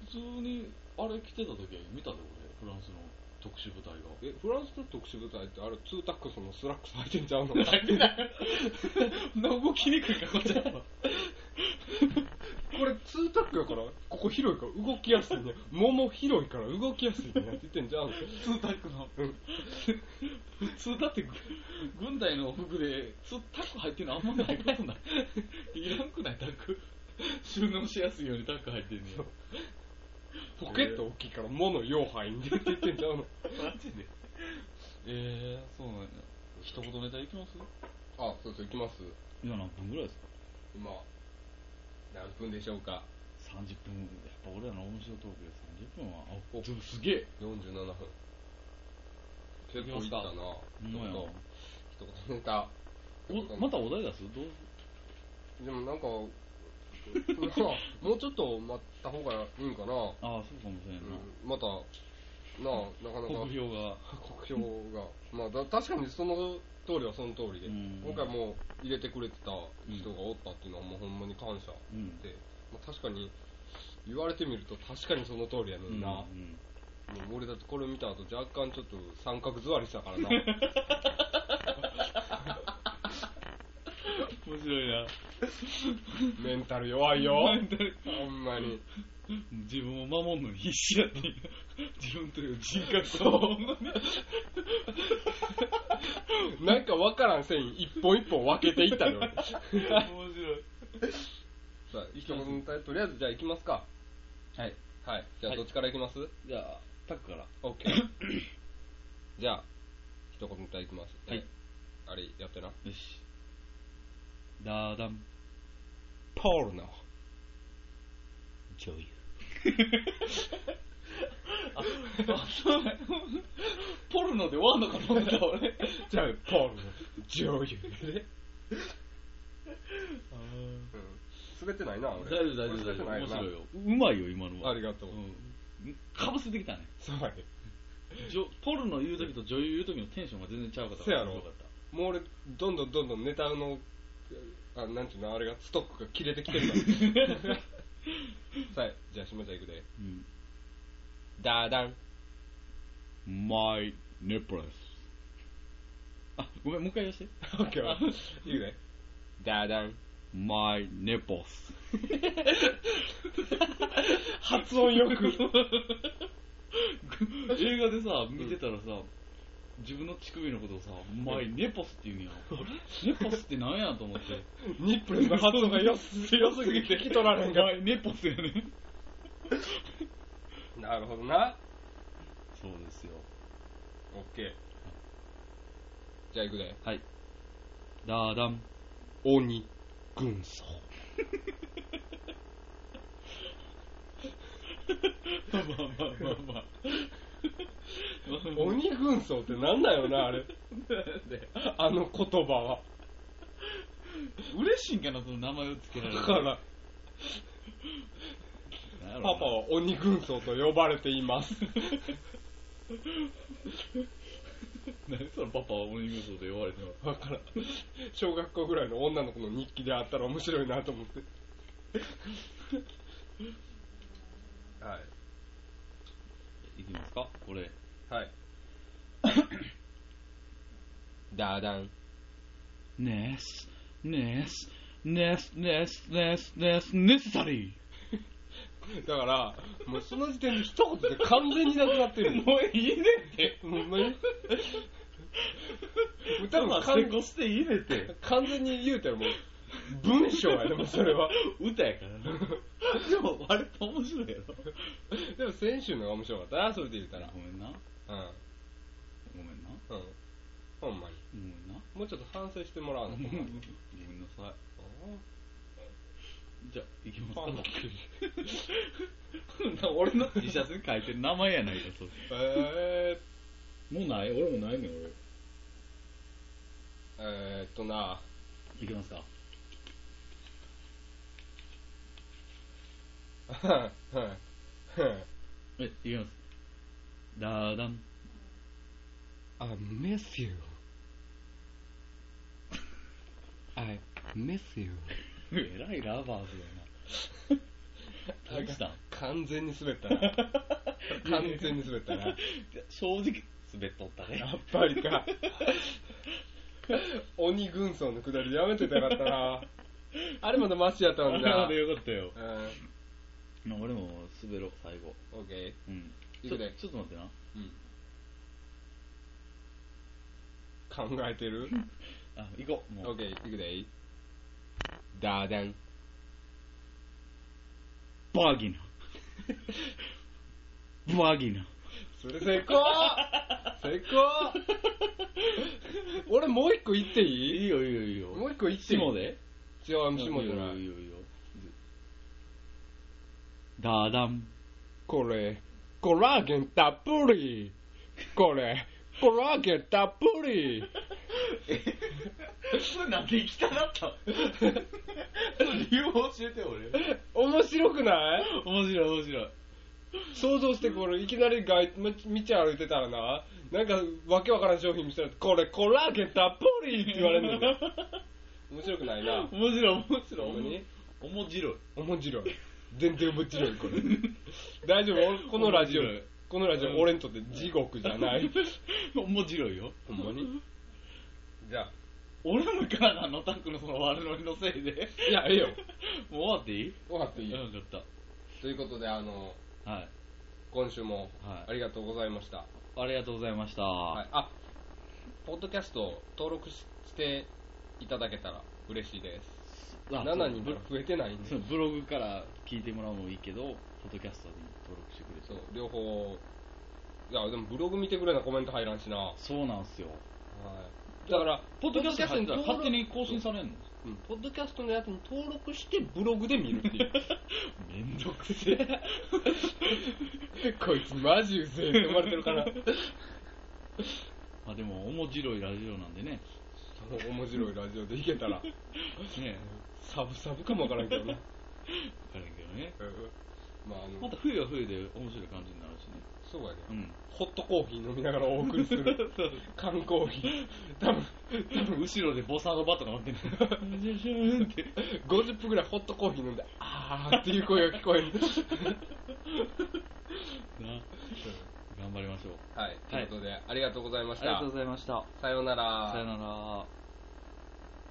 C: 普通にあれ着てた時は見たで俺、フランスの特殊部隊が。
A: えフランスの特殊部隊ってあれツータックスのスラックス履いてん ちゃうの
C: 動きにくいか、こっちは。
A: これツータックやからここ広いから動きやすいねもも広いから動きやすいねって言ってんじゃん
C: ツータックの。
A: うん
C: 普通だってぐ、軍隊の服で、ツータック入ってるのあんまないことない。いらんくない、タック。収納しやすいようにタック入ってんねや。
A: ポケット大きいから物用範囲でって言ってんじゃうの
C: マジでえー、そうなんや。一言ネタいきます
A: あそうそう行きます
B: 今何分ぐらいですか
A: 今何分でしょうか
B: 30分やっぱ俺らの面白トークで30分は
A: お
B: あでもすげえ
A: 47分結構いったな
B: ほんまやな
A: 一言ネタ
B: おまたお題出すどう
A: でもなんか、 なんかもうちょっと待った方がいいんかな。
B: ああそうかもしれんな、
A: うんまた、なあ、なかなか
B: 国評が
A: 国評が。まあだ、確かにその通りはその通りで、
B: うん
A: 今回もう入れてくれてた人がおったっていうのはもうほんまに感謝
B: うん
A: で、まあ、確かに言われてみると確かにその通りやねんな。も
B: うん
A: う俺だってこれ見た後若干ちょっと三角座りしたから な。
B: 面白いな
A: メンタル弱いよ。ほんまに。
B: 自分を守るのに必死やっていう自分という人格をほんまに
A: なんかわからん繊維一本一本分けてい ったよ。俺
B: 面白い
A: さあ、一言とりあえずじゃあ行きますか。
B: はい
A: はい。じゃあ
B: はい
A: どっちから行きます、
B: じゃあタックから
A: オッケーじゃあ、一言歌いきます。
B: はい
A: え。あれ、やってな。
B: よしダーダン
A: ポールの。
B: 女 優
C: あそうなんやポルノで終わんのかと思った俺。
A: じゃあ、ポールの。女優。滑ってないな、
C: 大
A: 俺。
C: 丈夫大丈夫大丈夫。面
A: 俺滑ってない
C: 白い
A: よ
C: よ。
B: うまいよ今の
A: な。
B: は
A: ありがとう。
B: うんかぶせてきたね
A: そうやね。
B: じょポルノ言う時と女優言う時のテンションが全然ちゃうかった
A: せやろ
B: 面白かった
A: もう俺、どんどんどんどんネタの、あなんていうの、あれが、ストックが切れてきてる から。はい。じゃあ、しまちゃん行くで。
B: うん
A: ダーダン。
B: My nipples あごめんもう一回言わせて
A: オッケー。いいね。ダダン。
B: My nipples
A: 発音よく。
B: 映画でさ見てたらさ、自分の乳首のことをさ「前ネポス」って言うんやネポスってなんやと思 って
A: ニップルの発音がよす、よすぎて聞き取られんが。
B: 前ネポスやね
A: なるほどな。
B: そうですよ
A: オッケー。じゃあ行くで。
B: はいダーダン
A: 鬼軍曹。
B: まあまあまあまあ
A: 鬼軍曹ってなんだよ な、あれ。あの言葉は。
B: 嬉しいんかな、その名前をつけられ
A: だ
B: る。
A: から、
B: なん
A: パ
B: やろ
A: パ
B: な
A: は鬼軍曹と呼ばれています。
B: 何そのパパは鬼軍曹と呼ばれてま
A: だ
B: す。
A: からん、小学校ぐらいの女の子の日記であったら面白いなと思って。はい
B: きますかこれ。
A: い。はい。 ダダン。
B: ネス、ネス、ネス、ネス、ネス、ネス、ネセサリ
A: だから、もうその時点で一言で完全になくなってる
B: ー。
A: の。
B: もういいねって。
A: ほんまに多
B: 多分
A: 分
B: 成
A: 完
B: 功していいねって。
A: 完全に言うたらもう、文章やね、もうそれは。
B: 歌やからな。でも、あれと面白いやろ。
A: でも先週のが面白かったな、それで言ったら。
B: ごめんな。
A: うん。
B: ごめんな。
A: うん。ほんまに。
B: ごめんな。
A: もうちょっと反省してもらわな
B: ご
A: い
B: め
A: と。
B: んなさい。じゃあ、行きます
A: パ ンだ
B: か。俺の T シャツに書いてる名前やないか、それ。
A: えー、
B: もうない俺もないねん、俺。
A: えー、っとな、
B: 行きますか。え、行きます。ダーダン。
A: I miss you. I miss you.
B: えらいラバーズ やな。どうしたん
A: 完全に滑った な。完全に滑ったな。やっ
B: 正直、滑っとったね。
A: ぱりか。鬼軍曹のくだりやめてたかったな。あれまだマシやったんだ。
B: あ
A: う
B: れよかったよ。
A: ん。
B: まあ俺も滑ろう、最後。
A: オッケー。
B: うん。ち
A: いく
B: ょっと
A: で
B: ちょっと待ってな。
A: うん。考えてる
B: あ、行こう。
A: オ
B: も
A: ッ
B: う。
A: ケー、いくでいダーダン。
B: バーギ ナ。バーギナ。
A: それ成功成功俺もう一個言っていい
B: いよ、いいよ、いいよ
A: もう一個言っていい
B: 下で
A: 違う、下じゃない
B: い
A: い。
B: よ、いいよ。ダーダン。
A: これ、コラーゲンたっぷり。これ、コラーゲンたっぷり。
B: それなんで行きたかった理由を教えて俺。
A: 面白くない
B: 面白い面白い。
A: 想像してこれ、いきなり街、道歩いてたらな、なんかわけわからん商品見せられて、これコラーゲンたっぷりって言われるのよ。面白くないな。
B: 面白い面白
A: ほ
B: い。
A: んまに
B: 面白い。
A: 面白い。全然面白い、これ。大丈夫俺 このラジオ
B: 面白い、
A: このラジオ、俺にとって地獄じゃない。
B: 面白いよ。
A: ほんまにじゃあ、
B: 俺のからなのタックのその悪ノリのせいで。
A: いや、ええよ。
B: もう終わっていい
A: 終わっていい。
B: よかっ
A: ということで、あの、
B: た。はい。
A: 今週も
B: はい
A: ありがとうございました。
B: ありがとうございました。
A: はい、あ、ポッドキャスト登録ししていただけたら嬉しいです。
B: あ
A: 7人
B: ブ
A: か
B: ロ
A: ら増えてないんで、
B: そうブログから聞いてもらうのもいいけど、ポッドキャストに登録してくれて
A: そう、両方、いや、でもブログ見てくれなコメント入らんしな。は
B: そうなんすよ。
A: い、だから、
B: ポッドキャスト入ったら
A: ポッドキャ
B: 勝
A: スト
B: 手
A: に
B: に更新されんの
A: 登録うん、ポッドキャストのやつに登録してブログで見るっていう。
B: めんどくせえ。
A: こいつマジうぜえって思われてるから。
B: まあでも、面白いラジオなんでね。
A: 面白いラジオでいけたら、
B: ね
A: サブサブかもわからんけどな。
B: わからんけどね。
A: うんまあ、あ
B: ま
A: の、
B: た冬は冬で面白い感じになるしね。
A: そうやね。
B: うん。
A: ホットコーヒー飲みながらお送りす る。缶コーヒー。多分
B: 後ろでボサノバとか乗ってんの。 シュシューンって。
A: 50分ぐらいホットコーヒー飲んで、あーっていう声が聞 こえる。
B: な頑張りましょう。
A: はい。ということで、ありがとうございまし
B: ありが
A: た
B: とう。ございました。
A: さようなら
B: さよなら。